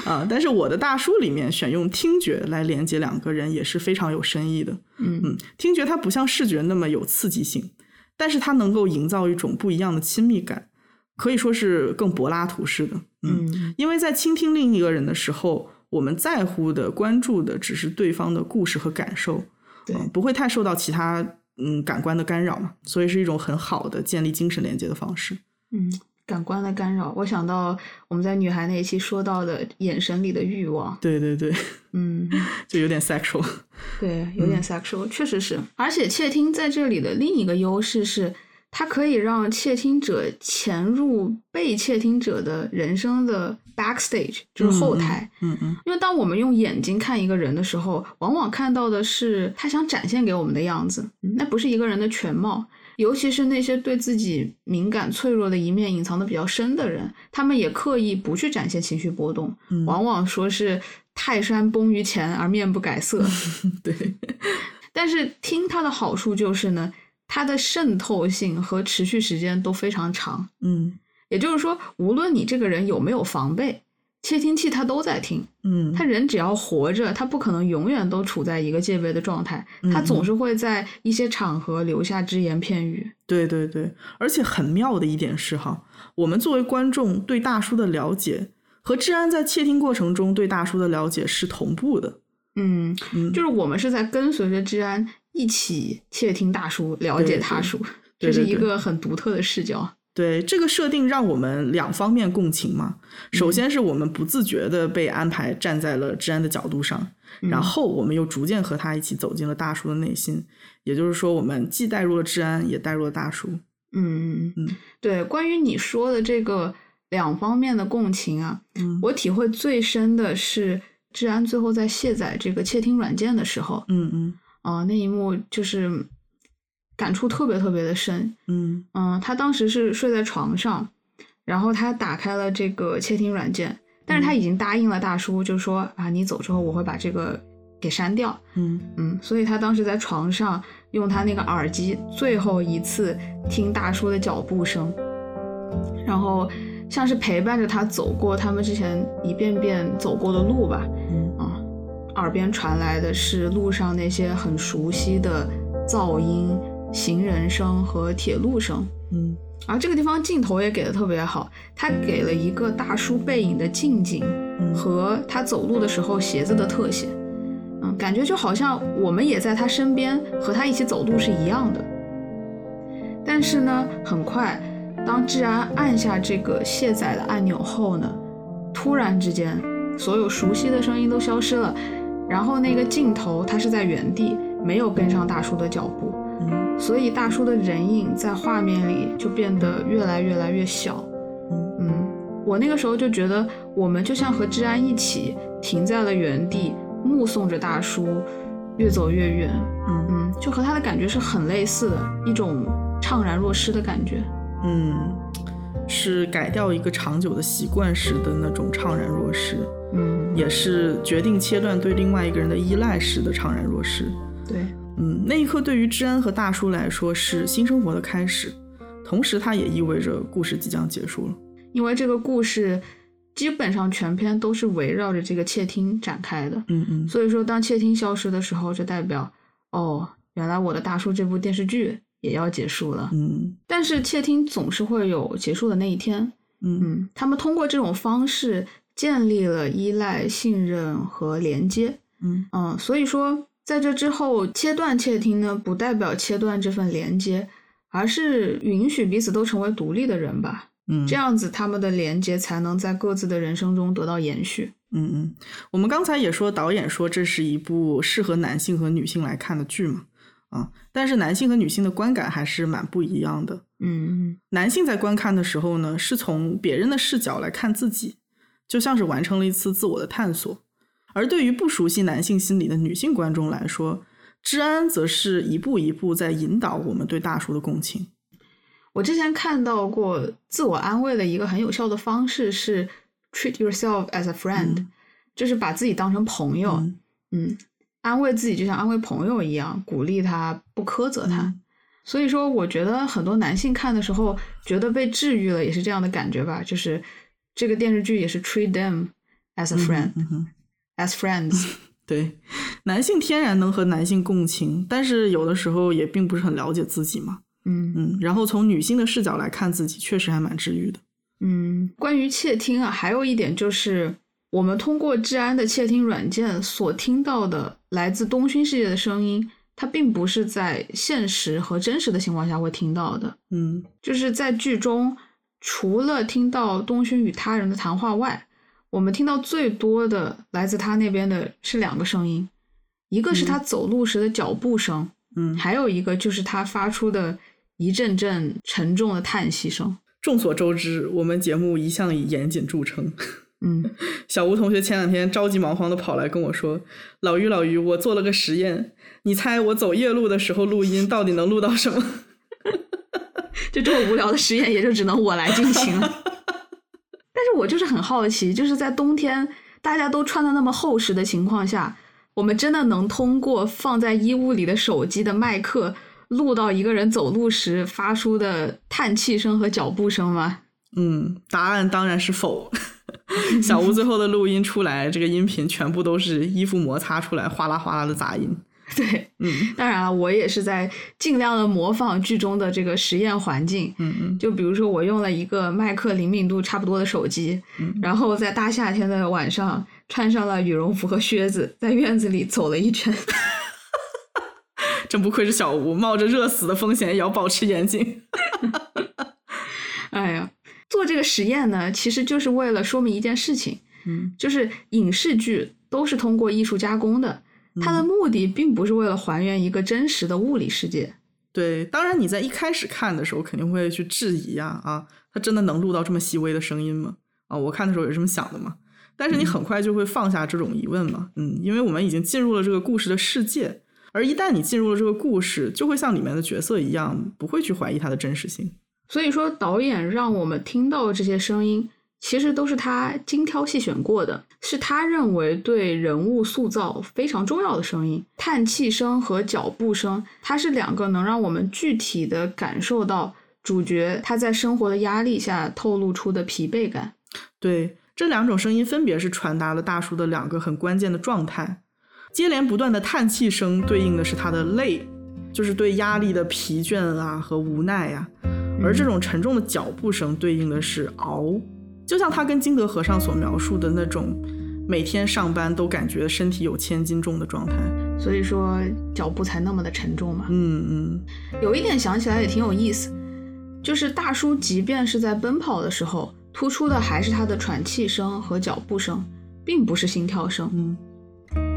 Speaker 1: 啊，但是我的大叔里面选用听觉来连接两个人也是非常有深意的。
Speaker 3: 嗯
Speaker 1: 嗯，听觉它不像视觉那么有刺激性，但是它能够营造一种不一样的亲密感，可以说是更柏拉图式的。
Speaker 3: 嗯
Speaker 1: 因为在倾听另一个人的时候，我们在乎的、关注的只是对方的故事和感受，
Speaker 3: 对
Speaker 1: 嗯不会太受到其他嗯感官的干扰嘛，所以是一种很好的建立精神连接的方式。
Speaker 3: 嗯，感官的干扰，我想到我们在女孩那一期说到的眼神里的欲望。
Speaker 1: 对对 [laughs] 对，
Speaker 3: 嗯，
Speaker 1: 就有点 sexual。嗯
Speaker 3: 对，有点 sexual，、确实是。而且窃听在这里的另一个优势是，它可以让窃听者潜入被窃听者的人生的 backstage，就是后台。
Speaker 1: 嗯嗯
Speaker 3: 因为当我们用眼睛看一个人的时候，往往看到的是他想展现给我们的样子，嗯那不是一个人的全貌。尤其是那些对自己敏感脆弱的一面隐藏的比较深的人，他们也刻意不去展现情绪波动，
Speaker 1: 嗯
Speaker 3: 往往说是泰山崩于前而面不改色。
Speaker 1: 嗯，对，
Speaker 3: 但是听它的好处就是呢，它的渗透性和持续时间都非常长。
Speaker 1: [laughs] 嗯
Speaker 3: 也就是说，无论你这个人有没有防备，窃听器它都在听。
Speaker 1: 嗯，
Speaker 3: 他人只要活着，他不可能永远都处在一个戒备的状态，他
Speaker 1: 嗯
Speaker 3: 总是会在一些场合留下只言片语。
Speaker 1: 对对对，而且很妙的一点是哈，我们作为观众对大叔的了解和治安在窃听过程中对大叔的了解是同步的。
Speaker 3: 嗯，
Speaker 1: 嗯，
Speaker 3: 就是我们是在跟随着治安一起窃听大叔，了解
Speaker 1: 对
Speaker 3: 大
Speaker 1: 对
Speaker 3: 叔，
Speaker 1: 对
Speaker 3: 这是
Speaker 1: 对
Speaker 3: 一
Speaker 1: 对
Speaker 3: 个很独特的视角。
Speaker 1: 对这个设定让我们两方面共情
Speaker 3: 嗯
Speaker 1: 嘛。首先是我们不自觉的被安排站在了治安的角度上，
Speaker 3: 嗯
Speaker 1: 然后我们又逐渐和他一起走进了大叔的内心。也就是说，我们既带入了治安，也带入了大叔。
Speaker 3: 嗯，
Speaker 1: 嗯
Speaker 3: 对，关于你说的这个两方面的共情啊，
Speaker 1: 嗯
Speaker 3: 我体会最深的是治安最后在卸载这个窃听软件的时候，
Speaker 1: 嗯嗯
Speaker 3: 啊、那一幕就是感触特别特别的深，
Speaker 1: 嗯
Speaker 3: 嗯，他当时是睡在床上，然后他打开了这个窃听软件，但是
Speaker 1: 嗯
Speaker 3: 他已经答应了大叔，就说啊，你走之后我会把这个给删掉。
Speaker 1: 嗯
Speaker 3: 嗯，所以他当时在床上用他那个耳机最后一次听大叔的脚步声，然后像是陪伴着他走过他们之前一遍遍走过的路吧。
Speaker 1: 嗯
Speaker 3: 啊，耳边传来的是路上那些很熟悉的噪音、行人声和铁路声。
Speaker 1: 嗯
Speaker 3: 而这个地方镜头也给的特别好，它给了一个大叔背影的近景
Speaker 1: 嗯
Speaker 3: 和他走路的时候鞋子的特写，嗯，感觉就好像我们也在他身边，和他一起走路是一样的。但是呢，很快，当治安按下这个卸载的按钮后呢，突然之间，所有熟悉的声音都消失了，然后那个镜头它是在原地，没有跟上大叔的脚步。
Speaker 1: 嗯
Speaker 3: 所以大叔的人影在画面里就变得越来越来越小。
Speaker 1: 嗯
Speaker 3: 嗯，我那个时候就觉得，我们就像和治安一起停在了原地，目送着大叔越走越远。
Speaker 1: 嗯
Speaker 3: 嗯，就和他的感觉是很类似的，一种怅然若失的感觉。
Speaker 1: 嗯，是改掉一个长久的习惯时的那种怅然若失，
Speaker 3: 嗯，
Speaker 1: 也是决定切断对另外一个人的依赖时的怅然若失。
Speaker 3: 对，
Speaker 1: 嗯，那一刻对于治安和大叔来说是新生活的开始，同时它也意味着故事即将结束了。
Speaker 3: 因为这个故事基本上全篇都是围绕着这个窃听展开的。
Speaker 1: 嗯嗯
Speaker 3: 所以说，当窃听消失的时候，就代表哦，原来我的大叔这部电视剧也要结束了。
Speaker 1: 嗯
Speaker 3: 但是窃听总是会有结束的那一天。
Speaker 1: 嗯
Speaker 3: 嗯，他们通过这种方式建立了依赖、信任和连接。
Speaker 1: 嗯
Speaker 3: 嗯，所以说在这之后切断窃听呢，不代表切断这份连接，而是允许彼此都成为独立的人吧。
Speaker 1: 嗯，
Speaker 3: 这样子，他们的连接才能在各自的人生中得到延续。
Speaker 1: 嗯嗯，我们刚才也说，导演说这是一部适合男性和女性来看的剧嘛，啊，但是男性和女性的观感还是蛮不一样的。
Speaker 3: 嗯
Speaker 1: 男性在观看的时候呢，是从别人的视角来看自己，就像是完成了一次自我的探索；而对于不熟悉男性心理的女性观众来说，治安则是一步一步在引导我们对大叔的共情。
Speaker 3: 我之前看到过自我安慰的一个很有效的方式是 treat yourself as a friend，、
Speaker 1: 嗯
Speaker 3: 就是把自己当成朋友，
Speaker 1: 嗯
Speaker 3: 嗯安慰自己就像安慰朋友一样，鼓励他，不苛责他。
Speaker 1: 嗯
Speaker 3: 所以说，我觉得很多男性看的时候觉得被治愈了，也是这样的感觉吧，就是这个电视剧也是 treat them as a friend、
Speaker 1: 嗯哼
Speaker 3: as friends，
Speaker 1: 对，男性天然能和男性共情，但是有的时候也并不是很了解自己嘛。
Speaker 3: 嗯
Speaker 1: 嗯，然后从女性的视角来看自己，确实还蛮治愈的。
Speaker 3: 嗯，关于窃听啊，还有一点就是，我们通过治安的窃听软件所听到的来自东勋世界的声音，它并不是在现实和真实的情况下会听到的。
Speaker 1: 嗯
Speaker 3: 就是在剧中，除了听到东勋与他人的谈话外，我们听到最多的来自他那边的是两个声音，一个是他走路时的脚步声，
Speaker 1: 嗯
Speaker 3: 还有一个就是他发出的一阵阵沉重的叹息声。
Speaker 1: 众所周知，我们节目一向以严谨著称。
Speaker 3: 嗯，
Speaker 1: 小吴同学前两天着急忙慌的跑来跟我说：“老于，老于，我做了个实验，你猜我走夜路的时候录音到底能录到什么 [laughs]
Speaker 3: 就这么无聊的实验，也就只能我来进行了。但是我就是很好奇，就是在冬天大家都穿的那么厚实的情况下，我们真的能通过放在衣物里的手机的麦克录到一个人走路时发出的叹气声和脚步声吗？？” [laughs]
Speaker 1: 嗯，答案当然是否。 [laughs] 小吴最后的录音出来，这个音频全部都是衣服摩擦出来哗啦哗啦的杂音。
Speaker 3: 对，
Speaker 1: 嗯
Speaker 3: 当然了，我也是在尽量的模仿剧中的这个实验环境。
Speaker 1: 嗯嗯
Speaker 3: 就比如说，我用了一个麦克灵敏度差不多的手机，
Speaker 1: 嗯
Speaker 3: 然后在大夏天的晚上穿上了羽绒服和靴子，在院子里走了一圈。 [laughs]
Speaker 1: 真不愧是小吴，冒着热死的风险也要保持严谨。
Speaker 3: 哎呀，做这个实验呢，其实就是为了说明一件事情，
Speaker 1: 嗯，
Speaker 3: 就是影视剧都是通过艺术加工的，
Speaker 1: 嗯
Speaker 3: 它的目的并不是为了还原一个真实的物理世界。
Speaker 1: 对，当然你在一开始看的时候肯定会去质疑啊啊，它真的能录到这么细微的声音吗？啊，我看的时候也是这么想的嘛。但是你很快就会放下这种疑问嘛，嗯，因为我们已经进入了这个故事的世界，而一旦你进入了这个故事，就会像里面的角色一样，不会去怀疑它的真实性。
Speaker 3: 所以说，导演让我们听到这些声音，其实都是他精挑细选过的，是他认为对人物塑造非常重要的声音。叹气声和脚步声，它是两个能让我们具体的感受到主角他在生活的压力下透露出的疲惫感。
Speaker 1: 对，这两种声音分别是传达了大叔的两个很关键的状态。接连不断的叹气声对应的是他的累，就是对压力的疲倦啊和无奈呀、而这种沉重的脚步声对应的是熬，就像他跟金德和尚所描述的那种，每天上班都感觉身体有千斤重的状态。
Speaker 3: 所以说，脚步才那么的沉重嘛。
Speaker 1: 嗯嗯，
Speaker 3: 有一点想起来也挺有意思，就是大叔即便是在奔跑的时候，突出的还是他的喘气声和脚步声，并不是心跳声。
Speaker 1: 嗯，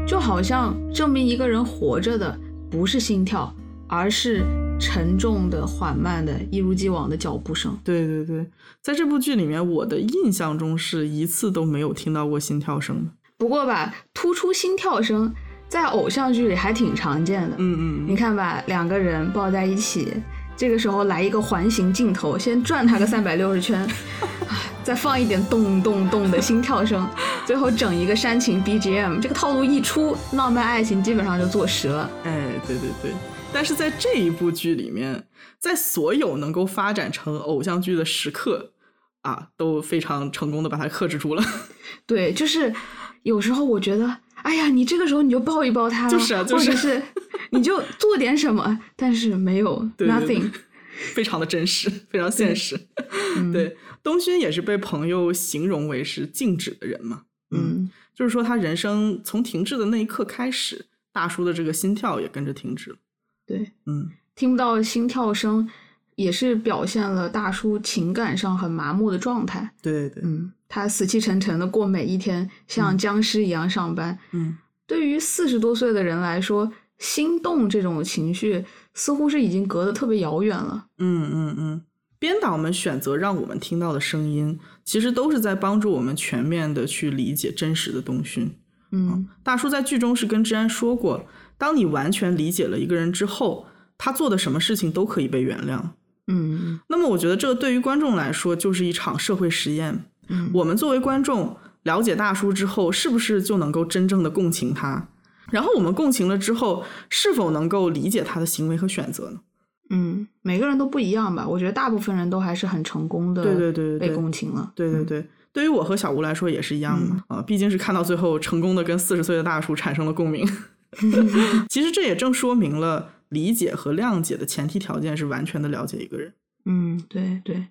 Speaker 3: 就好像证明一个人活着的不是心跳，而是沉重的、缓慢的、一如既往的脚步声。
Speaker 1: 对对对，在这部剧里面，我的印象中是一次都没有听到过心跳声的。
Speaker 3: 不过吧，突出心跳声在偶像剧里还挺常见的。
Speaker 1: 嗯
Speaker 3: 你看吧，两个人抱在一起，这个时候来一个环形镜头，先转他个三百六十圈， [laughs] 唉再放一点咚咚咚的心跳声，最后整一个煽情 BGM。这个套路一出，浪漫爱情基本上就坐实了。
Speaker 1: 哎，对对对，但是在这一部剧里面，在所有能够发展成偶像剧的时刻啊，都非常成功的把它克制住了。 [laughs]
Speaker 3: 对，就是有时候我觉得，哎呀，你这个时候你就抱一抱他啦
Speaker 1: 就是啊就是
Speaker 3: 或者是你就做点什么，但是没有
Speaker 1: 对对
Speaker 3: nothing
Speaker 1: 对。非常的真实，非常现实。
Speaker 3: 嗯
Speaker 1: 对，东勋也是被朋友形容为是静止的人嘛，
Speaker 3: 嗯，
Speaker 1: 就是说他人生从停滞的那一刻开始，大叔的这个心跳也跟着停止了。
Speaker 3: 对，
Speaker 1: 嗯，
Speaker 3: 听不到心跳声，也是表现了大叔情感上很麻木的状态。
Speaker 1: 对对，
Speaker 3: 嗯，他死气沉沉的过每一天，像僵尸一样上班。
Speaker 1: 嗯，
Speaker 3: 对于四十多岁的人来说，心动这种情绪似乎是已经隔得特别遥远了。
Speaker 1: 嗯嗯嗯，编导们选择让我们听到的声音，其实都是在帮助我们全面的去理解真实的东勋。
Speaker 3: 嗯，
Speaker 1: 大叔在剧中是跟治安说过，当你完全理解了一个人之后，他做的什么事情都可以被原谅。
Speaker 3: 嗯
Speaker 1: 那么，我觉得这对于观众来说就是一场社会实验。
Speaker 3: 嗯
Speaker 1: 我们作为观众了解大叔之后，是不是就能够真正的共情他？然后我们共情了之后，是否能够理解他的行为和选择呢？
Speaker 3: 嗯，每个人都不一样吧？我觉得大部分人都还是很成功的，
Speaker 1: 对对对对对
Speaker 3: 被共情了。
Speaker 1: 对对对，对于我和小吴来说也是一样的嘛啊，毕竟是看到最后成功的跟四十岁的大叔产生了共 [laughs] 鸣。其实这也正说明了理解和谅解的前提条件是完全的了解一个人。
Speaker 3: 嗯，对对，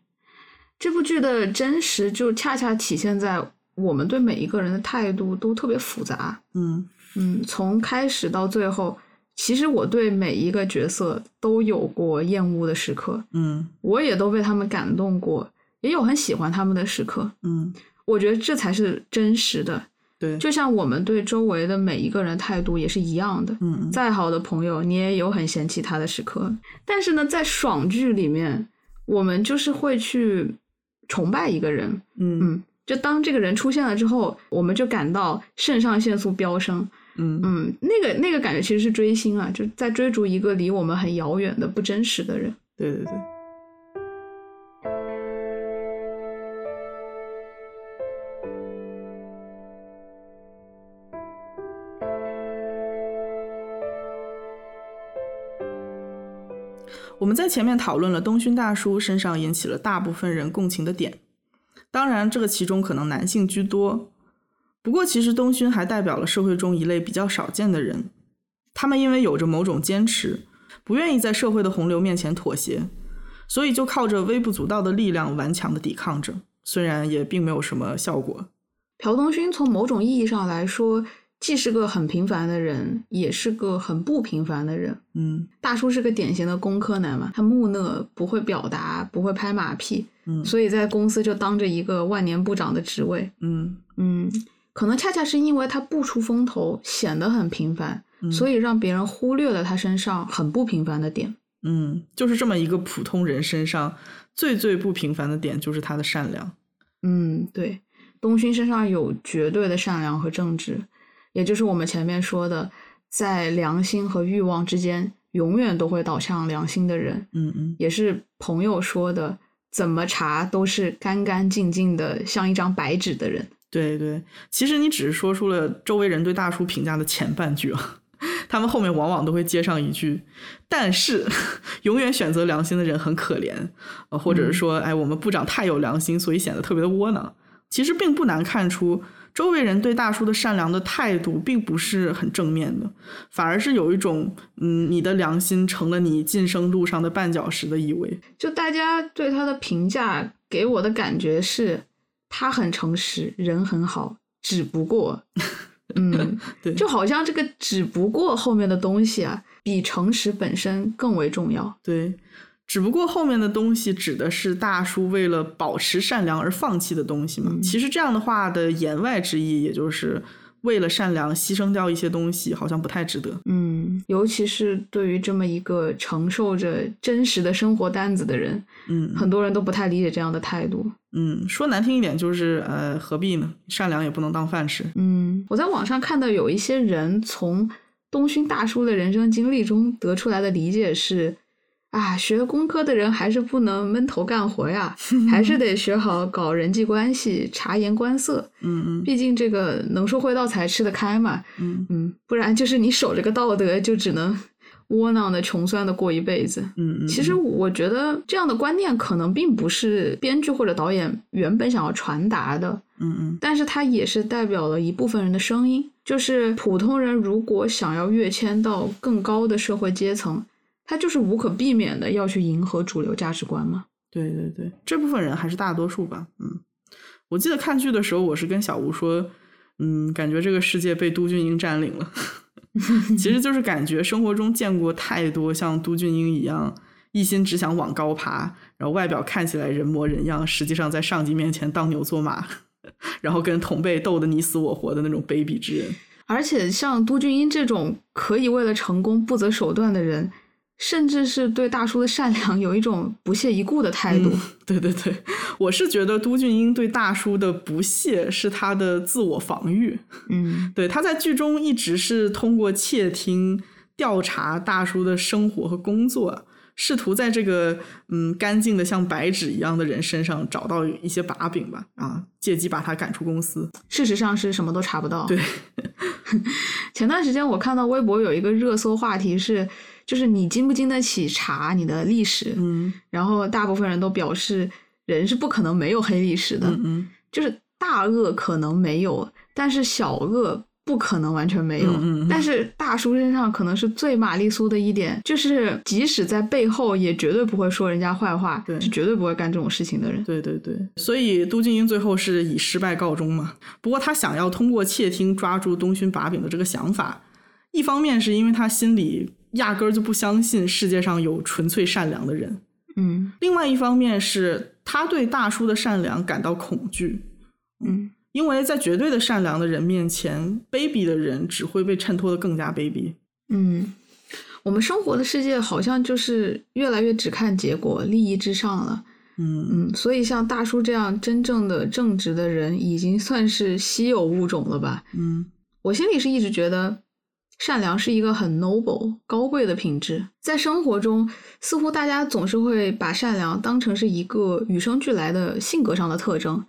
Speaker 3: 这部剧的真实就恰恰体现在我们对每一个人的态度都特别复杂。
Speaker 1: 嗯
Speaker 3: 嗯，从开始到最后，其实我对每一个角色都有过厌恶的时刻，
Speaker 1: 嗯
Speaker 3: 我也都被他们感动过，也有很喜欢他们的时刻。
Speaker 1: 嗯
Speaker 3: 我觉得这才是真实的，
Speaker 1: 对，
Speaker 3: 就像我们对周围的每一个人态度也是一样的。
Speaker 1: 嗯，
Speaker 3: 再好的朋友，你也有很嫌弃他的时刻。但是呢，在爽剧里面，我们就是会去崇拜一个人。
Speaker 1: 嗯
Speaker 3: 嗯，就当这个人出现了之后，我们就感到肾上腺素飙升。
Speaker 1: 嗯嗯，
Speaker 3: 嗯，那个那个感觉其实是追星啊，就在追逐一个离我们很遥远的不真实的人。
Speaker 1: 对对对。我们在前面讨论了东勋大叔身上引起了大部分人共情的点，当然这个其中可能男性居多。不过其实东勋还代表了社会中一类比较少见的人，他们因为有着某种坚持，不愿意在社会的洪流面前妥协，所以就靠着微不足道的力量顽强的抵抗着，虽然也并没有什么效果。
Speaker 3: 朴东勋从某种意义上来说，既是个很平凡的人，也是个很不平凡的人。
Speaker 1: 嗯
Speaker 3: 大叔是个典型的工科男嘛，他木讷，不会表达，不会拍马屁，
Speaker 1: 嗯
Speaker 3: 所以在公司就当着一个万年部长的职位。
Speaker 1: 嗯
Speaker 3: 嗯，可能恰恰是因为他不出风头，显得很平凡，
Speaker 1: 嗯
Speaker 3: 所以让别人忽略了他身上很不平凡的点。
Speaker 1: 嗯，就是这么一个普通人身上最最不平凡的点，就是他的善良。
Speaker 3: 嗯，对，东勋身上有绝对的善良和正直，也就是我们前面说的，在良心和欲望之间永远都会导向良心的人，
Speaker 1: 嗯嗯
Speaker 3: 也是朋友说的，怎么查都是干干净净的，像一张白纸的人。
Speaker 1: 对对，其实你只是说出了周围人对大叔评价的前半句啊， [laughs] 他们后面往往都会接上一句“但是”， [laughs] 永远选择良心的人很可怜，呃或者是说，哎，我们部长太有良心，所以显得特别的窝囊。其实并不难看出，周围人对大叔的善良的态度并不是很正面的，反而是有一种嗯，你的良心成了你晋升路上的绊脚石的意味。
Speaker 3: 就大家对他的评价，给我的感觉是，他很诚实，人很好，只不过，嗯，
Speaker 1: 对
Speaker 3: 就好像这个只不过后面的东西啊，比诚实本身更为重要。
Speaker 1: 对，只不过后面的东西指的是大叔为了保持善良而放弃的东西嘛。
Speaker 3: 嗯
Speaker 1: 其实这样的话的言外之意，也就是为了善良牺牲掉一些东西，好像不太值得。
Speaker 3: 嗯，尤其是对于这么一个承受着真实的生活担子的人，
Speaker 1: 嗯
Speaker 3: 很多人都不太理解这样的态度。
Speaker 1: 嗯，说难听一点就是，呃，何必呢？善良也不能当饭吃。
Speaker 3: 嗯，我在网上看到有一些人从东勋大叔的人生经历中得出来的理解是，啊，学工科的人还是不能闷头干活呀，还是得学好搞人际关系、察言观色，
Speaker 1: 嗯
Speaker 3: 毕竟这个能说会道才吃得开嘛。
Speaker 1: 嗯
Speaker 3: 嗯，不然就是你守着个道德，就只能窝囊的、穷酸的过一辈子。
Speaker 1: 嗯嗯，
Speaker 3: 其实我觉得这样的观念可能并不是编剧或者导演原本想要传达的，
Speaker 1: 嗯嗯
Speaker 3: 但是它也是代表了一部分人的声音，就是普通人如果想要跃迁到更高的社会阶层，他就是无可避免的要去迎合主流价值观嘛。
Speaker 1: 对对对，这部分人还是大多数吧。嗯，我记得看剧的时候，我是跟小吴说，嗯，感觉这个世界被都俊英占领了。 [laughs] 其实就是感觉生活中见过太多像都俊英一样，一心只想往高爬，然后外表看起来人模人样，实际上在上级面前当牛做马， [laughs] 然后跟同辈斗得你死我活的那种卑鄙之人。
Speaker 3: 而且像都俊英这种可以为了成功不择手段的人，甚至是对大叔的善良有一种不屑一顾的态度。
Speaker 1: 对对对，我是觉得都俊英对大叔的不屑是他的自我防御。
Speaker 3: 嗯
Speaker 1: 对，他在剧中一直是通过窃听调查大叔的生活和工作，试图在这个嗯干净的像白纸一样的人身上找到一些把柄吧，啊，借机把他赶出公司。
Speaker 3: 事实上是什么都查不到。
Speaker 1: 对，
Speaker 3: [laughs] 前段时间我看到微博有一个热搜话题是，就是你经不经得起查你的历史？
Speaker 1: 嗯
Speaker 3: 然后大部分人都表示，人是不可能没有黑历史的，
Speaker 1: 嗯嗯
Speaker 3: 就是大恶可能没有，但是小恶不可能完全没有。
Speaker 1: 嗯嗯嗯
Speaker 3: 但是大叔身上可能是最玛丽苏的一点，就是即使在背后也绝对不会说人家坏话，
Speaker 1: 对
Speaker 3: 是绝对不会干这种事情的人。
Speaker 1: 对对对，所以都俊英最后是以失败告终嘛。不过他想要通过窃听抓住东勋把柄的这个想法，一方面是因为他心里压根儿就不相信世界上有纯粹善良的人，
Speaker 3: 嗯
Speaker 1: 另外一方面是他对大叔的善良感到恐惧，
Speaker 3: 嗯
Speaker 1: 因为在绝对的善良的人面前，卑鄙的人只会被衬托的更加卑鄙。
Speaker 3: 嗯，我们生活的世界好像就是越来越只看结果，利益至上了。
Speaker 1: 嗯，
Speaker 3: 嗯，所以像大叔这样真正的正直的人，已经算是稀有物种了吧？
Speaker 1: 嗯，
Speaker 3: 我心里是一直觉得，善良是一个很 noble 高贵的品质。在生活中，似乎大家总是会把善良当成是一个与生俱来的性格上的特征，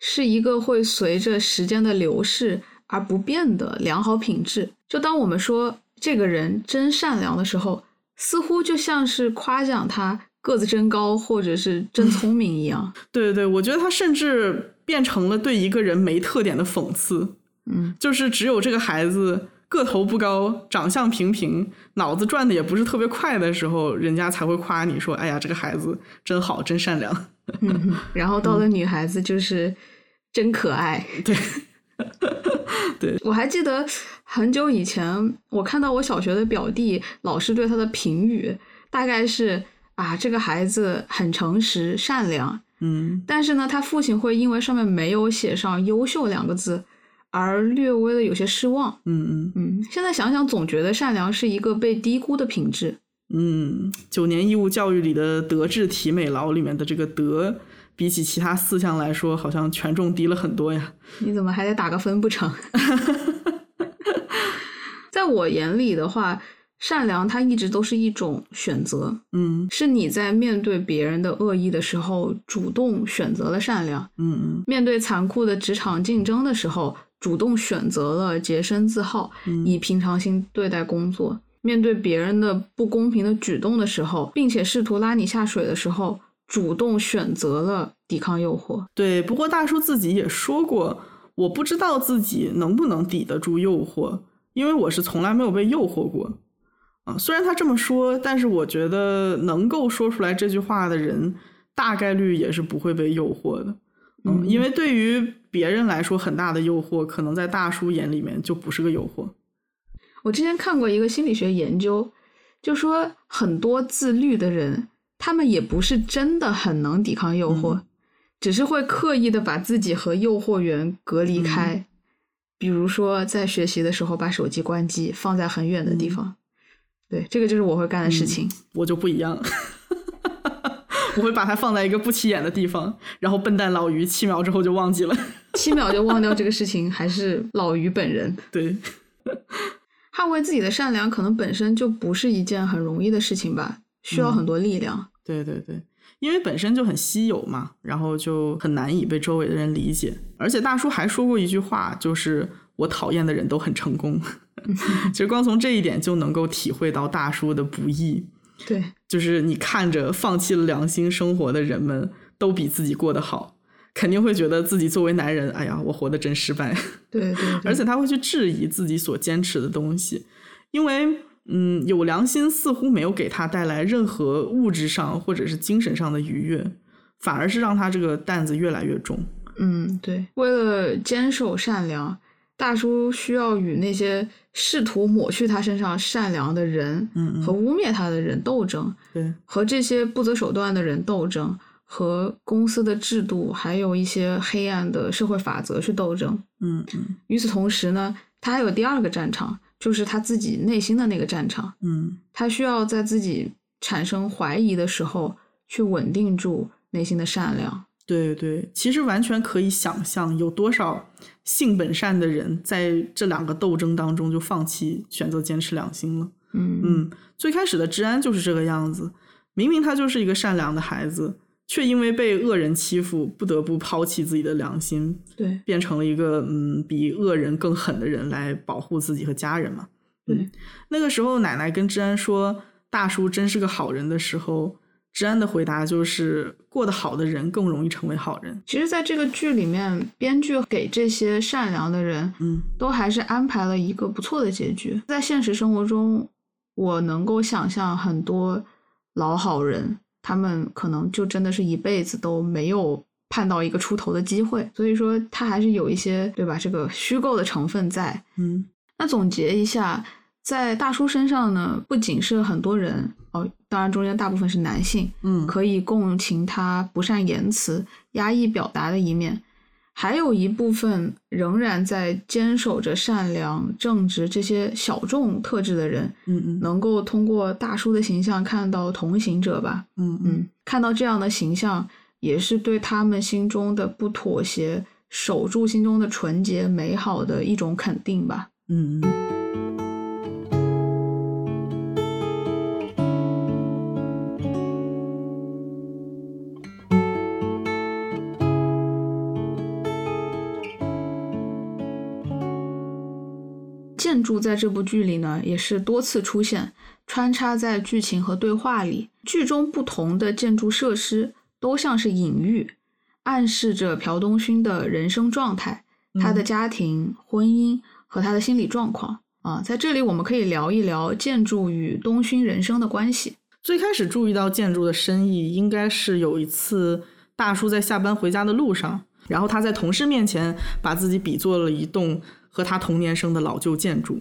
Speaker 3: 是一个会随着时间的流逝而不变的良好品质。就当我们说这个人真善良的时候，似乎就像是夸奖他个子真高或者是真聪明一样。
Speaker 1: 对对对，我觉得他甚至变成了对一个人没特点的讽刺，
Speaker 3: 嗯，
Speaker 1: 就是只有这个孩子个头不高，长相平平，脑子转的也不是特别快的时候，人家才会夸你说：“哎呀，这个孩子真好，真善良。
Speaker 3: 嗯然后到了女孩子就是真可爱。 [laughs]
Speaker 1: 对，
Speaker 3: 对我还记得很久以前，我看到我小学的表弟老师对他的评语，大概是啊，这个孩子很诚实、善良，”
Speaker 1: 嗯，
Speaker 3: 但是呢，他父亲会因为上面没有写上“优秀”两个字，而略微的有些失望。
Speaker 1: 嗯
Speaker 3: 嗯，现在想想，总觉得善良是一个被低估的品质。
Speaker 1: 嗯嗯，九年义务教育里的德智体美劳里面的这个德，比起其他四项来说，好像权重低了很多呀。
Speaker 3: 你怎么还得打个分不成？ [laughs] 在我眼里的话，善良它一直都是一种选择，
Speaker 1: 嗯
Speaker 3: 是你在面对别人的恶意的时候，主动选择了善良；
Speaker 1: 嗯嗯
Speaker 3: 面对残酷的职场竞争的时候，主动选择了洁身自好，以平常心对待工作；面对别人的不公平的举动的时候，并且试图拉你下水的时候，主动选择了抵抗诱惑。
Speaker 1: 对，不过大叔自己也说过，我不知道自己能不能抵得住诱惑，因为我是从来没有被诱惑过。啊，虽然他这么说，但是我觉得能够说出来这句话的人，大概率也是不会被诱惑的。嗯，
Speaker 3: 嗯
Speaker 1: 因为对于别人来说，很大的诱惑，可能在大叔眼里面就不是个诱惑。
Speaker 3: 我之前看过一个心理学研究，就说很多自律的人，他们也不是真的很能抵抗诱惑，
Speaker 1: 嗯
Speaker 3: 只是会刻意的把自己和诱惑源隔
Speaker 1: 嗯
Speaker 3: 离开。比如说，在学习的时候把手机关机，放在很远的
Speaker 1: 嗯
Speaker 3: 地方。对，这个就是我会干的事情。
Speaker 1: 我就不一样， [laughs] 我会把它放在一个不起眼的地方，然后笨蛋老于七秒之后就忘记了。 [laughs]
Speaker 3: 七秒就忘掉这个事情，还是老于本人。
Speaker 1: 对，
Speaker 3: 捍卫自己的善良，可能本身就不是一件很容易的事情吧，需要
Speaker 1: 嗯
Speaker 3: 很多力量。
Speaker 1: 对对对，因为本身就很稀有嘛，然后就很难以被周围的人理解。而且大叔还说过一句话，就是我讨厌的人都很成 [laughs] 功。其实光从这一点就能够体会到大叔的不易，
Speaker 3: 对，
Speaker 1: 就是你看着放弃了良心生活的人们都比自己过得好，肯定会觉得自己作为男人，哎呀，我活得真失败。
Speaker 3: 对对对，
Speaker 1: 而且他会去质疑自己所坚持的东西，因为嗯，有良心似乎没有给他带来任何物质上或者是精神上的愉悦，反而是让他这个担子越来越重。
Speaker 3: 嗯，对，为了坚守善良，大叔需要与那些试图抹去他身上善良的人
Speaker 1: 嗯嗯
Speaker 3: 和污蔑他的人斗争，
Speaker 1: 对，嗯
Speaker 3: 和这些不择手段的人斗争，和公司的制度，还有一些黑暗的社会法则去斗争。
Speaker 1: 嗯嗯
Speaker 3: 与此同时呢，他还有第二个战场，就是他自己内心的那个战场。
Speaker 1: 嗯
Speaker 3: 他需要在自己产生怀疑的时候，去稳定住内心的善良。
Speaker 1: 对对，其实完全可以想象有多少性本善的人在这两个斗争当中就放弃选择坚持良心了。
Speaker 3: 嗯
Speaker 1: 嗯，最开始的治安就是这个样子，明明他就是一个善良的孩子，却因为被恶人欺负，不得不抛弃自己的良心，
Speaker 3: 对。
Speaker 1: 变成了一个嗯比恶人更狠的人来保护自己和家人嘛。
Speaker 3: 对
Speaker 1: 嗯，那个时候奶奶跟治安说大叔真是个好人的时候，治安的回答就是过得好的人更容易成为好人。
Speaker 3: 其实，在这个剧里面，编剧给这些善良的人
Speaker 1: 嗯
Speaker 3: 都还是安排了一个不错的结局。在现实生活中，我能够想象很多老好人，他们可能就真的是一辈子都没有盼到一个出头的机会。所以说，他还是有一些对吧？这个虚构的成分在。
Speaker 1: 嗯
Speaker 3: 那总结一下，在大叔身上呢，不仅是很多人哦，当然中间大部分是男性，
Speaker 1: 嗯，
Speaker 3: 可以共情他不善言辞、压抑表达的一面，还有一部分仍然在坚守着善良、正直这些小众特质的人，
Speaker 1: 嗯嗯
Speaker 3: 能够通过大叔的形象看到同行者吧。
Speaker 1: 嗯嗯
Speaker 3: 嗯，看到这样的形象，也是对他们心中的不妥协、守住心中的纯洁、美好的一种肯定吧。
Speaker 1: 嗯嗯，
Speaker 3: 建筑在这部剧里呢，也是多次出现，穿插在剧情和对话里。剧中不同的建筑设施都像是隐喻，暗示着朴东勋的人生状态、
Speaker 1: 嗯
Speaker 3: 他的家庭、婚姻和他的心理状况啊。在这里，我们可以聊一聊建筑与东勋人生的关系。
Speaker 1: 最开始注意到建筑的深意，应该是有一次大叔在下班回家的路上，然后他在同事面前把自己比作了一栋和他同年生的老旧建筑。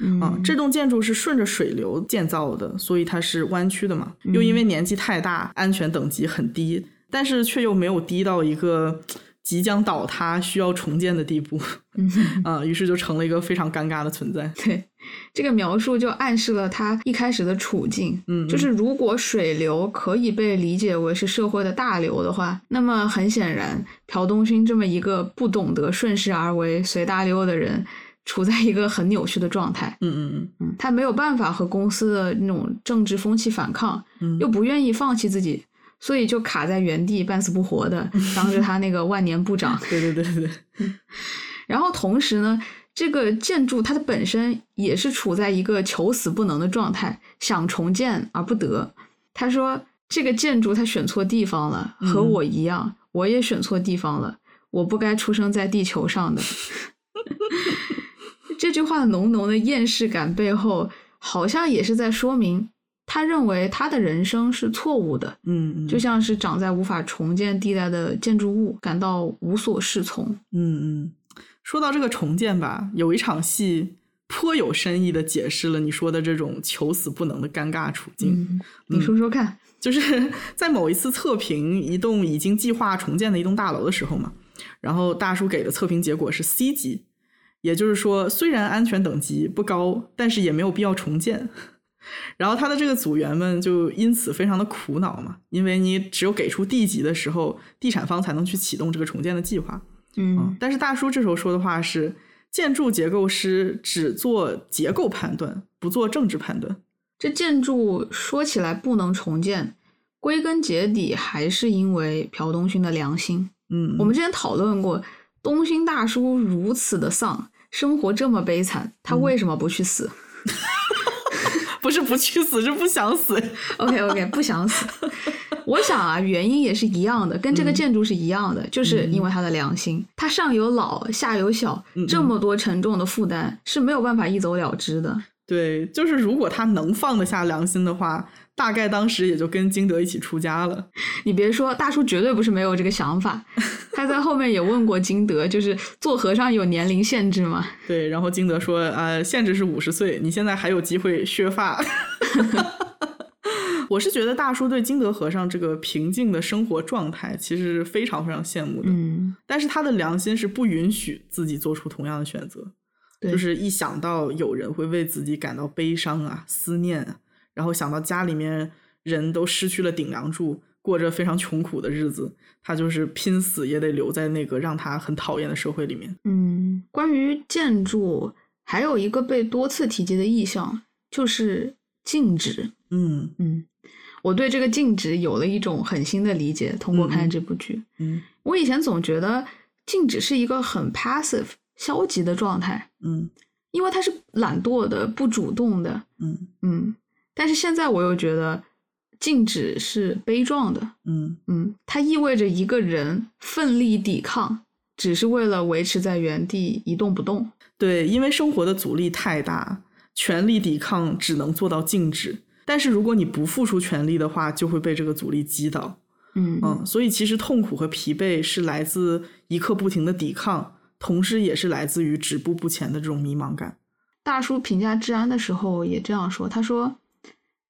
Speaker 3: 嗯
Speaker 1: 啊，这栋建筑是顺着水流建造的，所以它是弯曲的嘛。又
Speaker 3: 嗯
Speaker 1: 因为年纪太大，安全等级很低，但是却又没有低到一个嘖即将倒塌、需要重建的地步。啊，于是就成了一个非常尴尬的存在。
Speaker 3: 嗯 [laughs] 对，这个描述就暗示了他一开始的处境。
Speaker 1: 嗯嗯
Speaker 3: 就是如果水流可以被理解为是社会的大流的话，那么很显然，朴东勋这么一个不懂得顺势而为、随大流的人，处在一个很扭曲的状态。
Speaker 1: 嗯嗯
Speaker 3: 嗯，他没有办法和公司的那种政治风气反抗，
Speaker 1: 嗯
Speaker 3: 又不愿意放弃自己。所以就卡在原地，半死不活的，当着他那个万年部长
Speaker 1: 嗯，，对对对对，
Speaker 3: 然后同时呢，这个建筑它的本身也是处在一个求死不能的状态，想重建而不得。他说这个建筑它选错地方了，和
Speaker 1: 嗯
Speaker 3: 我一样，我也选错地方了，我不该出生在地球上的。 [laughs] 这句话浓浓的厌世感背后，好像也是在说明。他认为他的人生是错误的，
Speaker 1: 嗯嗯，
Speaker 3: 就像是长在无法重建地带的建筑物，感到无所适从。
Speaker 1: 嗯嗯。说到这个重建吧，有一场戏颇有深意的解释了你说的这种求死不能的尴尬处境。
Speaker 3: 嗯，你说说看。
Speaker 1: 就是 [laughs] 在某一次测评一栋已经计划重建的一栋大楼的时候嘛，然后大叔给的测评结果是 C 级，也就是说虽然安全等级不高，但是也没有必要重建。然后他的这个组员们就因此非常的苦恼嘛，因为你只有给出 D 级的时候，地产方才能去启动这个重建的计划。
Speaker 3: 嗯
Speaker 1: 但是大叔这时候说的话是，建筑结构师只做结构判断，不做政治判断。
Speaker 3: 这建筑说起来不能重建，归根结底还是因为朴东勋的良心。
Speaker 1: 嗯，
Speaker 3: 我们之前讨论过，东勋大叔如此的丧，生活这么悲惨，他为
Speaker 1: 嗯
Speaker 3: 什么不去死、
Speaker 1: 不是不去死，是不想死。 [laughs]
Speaker 3: o k OK，不想死。我想啊，原因也是一样的，跟
Speaker 1: 嗯
Speaker 3: 这个建筑是一样的，就是因为他的良心。他上有老，下有小，
Speaker 1: 嗯嗯嗯
Speaker 3: 这么多沉重的负担是没有办法一走了之的。
Speaker 1: 对，就是如果他能放得下良心的话，大概当时也就跟金德一起出家了。
Speaker 3: 你别说，大叔绝对不是没有这个想
Speaker 1: [laughs]
Speaker 3: 法。他在后面也问过金德，就是做和尚有年龄限制吗？
Speaker 1: 对，然后金德说：“呃，限制是五十岁，你现在还有机会削发。” [laughs] 我是觉得大叔对金德和尚这个平静的生活状态其实是非常非常羡慕的，
Speaker 3: 嗯，
Speaker 1: 但是他的良心是不允许自己做出同样的选择。
Speaker 3: 对，
Speaker 1: 就是一想到有人会为自己感到悲伤啊、思念啊，然后想到家里面人都失去了顶梁柱，过着非常穷苦的日子，他就是拼死也得留在那个让他很讨厌的社会里面。
Speaker 3: 嗯，关于建筑，还有一个被多次提及的意象，就是静止。
Speaker 1: 嗯
Speaker 3: 嗯，我对这个静止有了一种很新的理解，通过
Speaker 1: 嗯
Speaker 3: 看
Speaker 1: 嗯
Speaker 3: 这部剧。
Speaker 1: 嗯
Speaker 3: 我以前总觉得静止是一个很 passive 消极的状态，
Speaker 1: 嗯
Speaker 3: 因为它是懒惰的、不主动的。
Speaker 1: 嗯
Speaker 3: 嗯，但是现在我又觉得静止是悲壮的，
Speaker 1: 嗯
Speaker 3: 嗯，它意味着一个人奋力抵抗，只是为了维持在原地一动不动。
Speaker 1: 对，因为生活的阻力太大，全力抵抗只能做到静止。但是如果你不付出全力的话，就会被这个阻力击倒。
Speaker 3: 嗯
Speaker 1: 嗯，所以其实痛苦和疲惫是来自一刻不停的抵抗，同时也是来自于止步不前的这种迷茫感。
Speaker 3: 大叔评价治安的时候也这样说，他说：“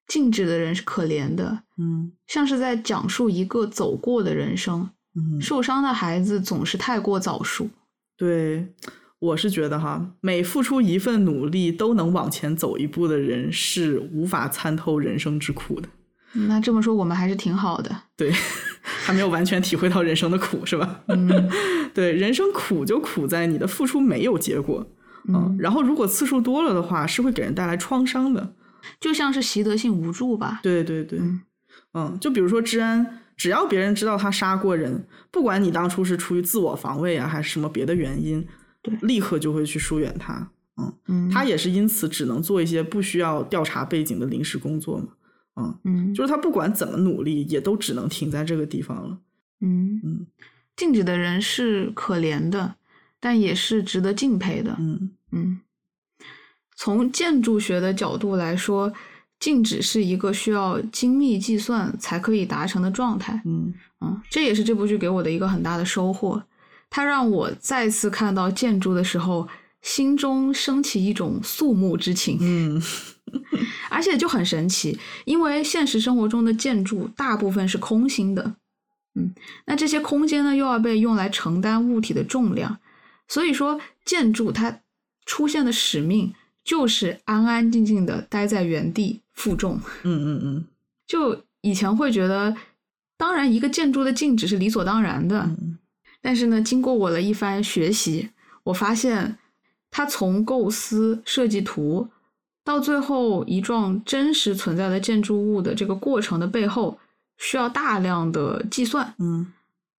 Speaker 3: 静止的人是可怜的，
Speaker 1: 嗯
Speaker 3: 像是在讲述一个走过的人生，
Speaker 1: 嗯，
Speaker 3: 受伤的孩子总是太过早熟。
Speaker 1: 对，我是觉得哈，每付出一份努力都能往前走一步的人，是无法参透人生之苦的。
Speaker 3: 那这么说，我们还是挺好的。
Speaker 1: 对， [laughs] 还没有完全体会到人生的苦，是吧？
Speaker 3: 嗯
Speaker 1: 对，人生苦就苦在你的付出没有结果，嗯，
Speaker 3: 嗯，
Speaker 1: 然后如果次数多了的话，是会给人带来创伤的。
Speaker 3: 就像是习得性无助吧。
Speaker 1: 对对对，
Speaker 3: 嗯
Speaker 1: 嗯，就比如说治安，只要别人知道他杀过人，不管你当初是出于自我防卫啊，还是什么别的原因，
Speaker 3: 对
Speaker 1: 立刻就会去疏远他。嗯，
Speaker 3: 嗯，
Speaker 1: 他也是因此只能做一些不需要调查背景的临时工作嘛。嗯，
Speaker 3: 嗯
Speaker 1: 就是他不管怎么努力，也都只能停在这个地方了。
Speaker 3: 嗯
Speaker 1: 嗯
Speaker 3: 静止的人是可怜的，但也是值得敬佩的。
Speaker 1: 嗯
Speaker 3: 嗯，从建筑学的角度来说，静止是一个需要精密计算才可以达成的状态。
Speaker 1: 嗯
Speaker 3: 嗯，这也是这部剧给我的一个很大的收获。它让我再次看到建筑的时候，心中升起一种肃穆之情，
Speaker 1: 嗯，
Speaker 3: 而且就很神奇，因为现实生活中的建筑大部分是空心的，嗯，那这些空间呢又要被用来承担物体的重量，所以说建筑它出现的使命就是安安静静的待在原地负重。
Speaker 1: 嗯嗯嗯
Speaker 3: 就以前会觉得，当然一个建筑的静止是理所当然的，
Speaker 1: 嗯
Speaker 3: 但是呢，经过我的一番学习，我发现它从构思、设计图到最后一幢真实存在的建筑物的这个过程的背后，需要大量的计算。
Speaker 1: 嗯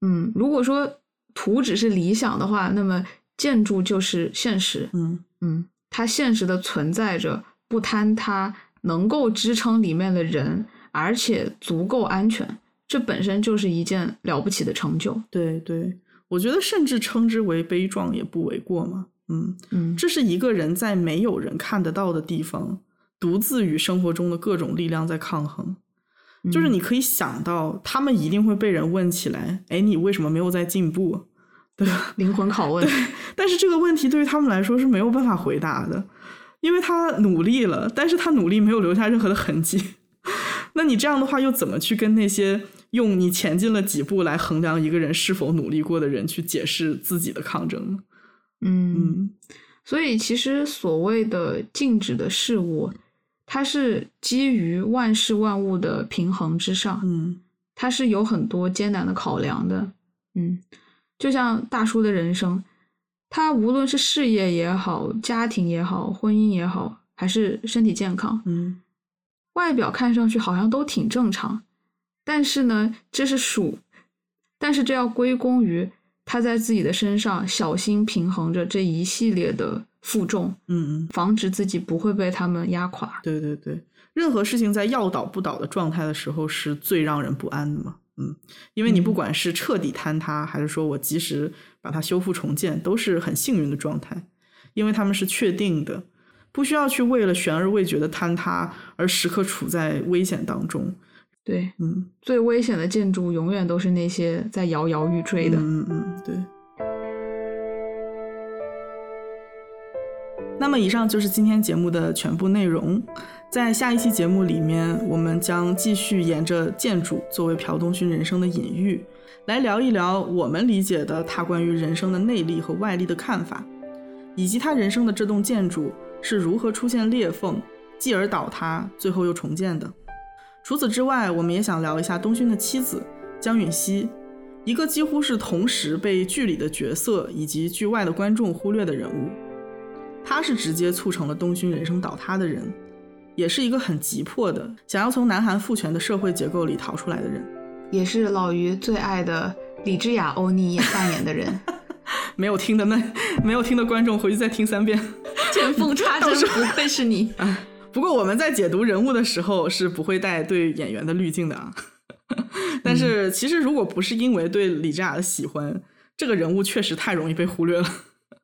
Speaker 3: 嗯，如果说图只是理想的话，那么建筑就是现实。
Speaker 1: 嗯
Speaker 3: 嗯，它现实的存在着，不坍塌，能够支撑里面的人，而且足够安全，这本身就是一件了不起的成就。
Speaker 1: 对对，我觉得甚至称之为悲壮也不为过嘛。嗯，
Speaker 3: 嗯，
Speaker 1: 这是一个人在没有人看得到的地方，独自与生活中的各种力量在抗衡。就是
Speaker 3: 嗯
Speaker 1: 你可以想到，他们一定会被人问起来：“哎，你为什么没有在进步？”对吧？
Speaker 3: 灵魂拷问。
Speaker 1: 但是这个问题对于他们来说是没有办法回答的，因为他努力了，但是他努力没有留下任何的痕迹。 [laughs] 那你这样的话，又怎么去跟那些用你前进了几步来衡量一个人是否努力过的人去解释自己的抗争呢？
Speaker 3: 嗯，
Speaker 1: 嗯
Speaker 3: 所以其实所谓的静止的事物，它是基于万事万物的平衡之上，
Speaker 1: 嗯
Speaker 3: 它是有很多艰难的考量的。嗯，就像大叔的人生，他无论是事业也好，家庭也好，婚姻也好，还是身体健康，
Speaker 1: 嗯
Speaker 3: 外表看上去好像都挺正常，但是呢，这是属，但是这要归功于他在自己的身上小心平衡着这一系列的负重，
Speaker 1: 嗯嗯，
Speaker 3: 防止自己不会被他们压垮。
Speaker 1: 对对对，任何事情在要倒不倒的状态的时候，是最让人不安的嘛。嗯，因为你不
Speaker 3: 嗯
Speaker 1: 管是彻底坍塌，还是说我及时把它修复重建，都是很幸运的状态，因为他们是确定的，不需要去为了悬而未决的坍塌而时刻处在危险当中。
Speaker 3: 对，
Speaker 1: 嗯，
Speaker 3: 最危险的建筑永远都是那些在摇摇欲坠的。
Speaker 1: 嗯嗯嗯，对。那么，以上就是今天节目的全部内容。在下一期节目里面，我们将继续沿着建筑作为朴东勋人生的隐喻，来聊一聊我们理解的他关于人生的内力和外力的看法，以及他人生的这栋建筑是如何出现裂缝，继而倒塌，最后又重建的。除此之外，我们也想聊一下东勋的妻子江允熙，一个几乎是同时被剧里的角色以及剧外的观众忽略的人物。他是直接促成了东勋人生倒塌的人，也是一个很急迫的想要从南韩父权的社会结构里逃出来的人。
Speaker 3: 也是老于最爱的李智雅、欧尼也扮演的人，
Speaker 1: 没有听的那没有听的观众回去再听三遍。
Speaker 3: [laughs] 见缝插针，不愧是你。
Speaker 1: 不过我们在解读人物的时候是不会带对演员的滤镜的啊。 [laughs] 但
Speaker 3: 嗯
Speaker 1: 是其实如果不是因为对李智雅的喜欢，这个人物确实太容易被忽略了。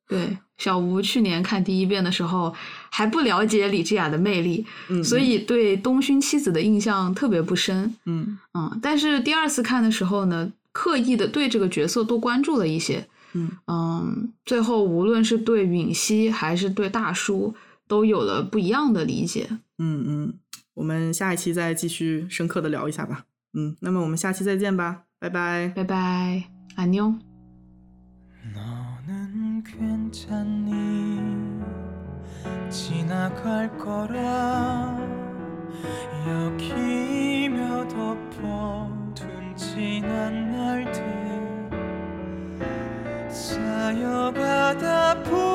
Speaker 3: 对，小吴去年看第一遍的时候还不了解李智雅的魅力，
Speaker 1: 嗯
Speaker 3: 所以对东勋妻子的印象特别不深。
Speaker 1: 嗯
Speaker 3: 嗯，但是第二次看的时候呢，刻意的对这个角色多关注了一些。
Speaker 1: 嗯
Speaker 3: 嗯，最后无论是对允熙还是对大叔，都有了不一样的理解。
Speaker 1: 嗯嗯，我们下一期再继续深刻的聊一下吧。嗯，那么我们下期再见吧，拜拜。
Speaker 3: 拜拜。 안녕，
Speaker 2: 너는 괜찮니 지나갈 거라 여기며 덮어둔 지난 날들 쌓여가다 보면 그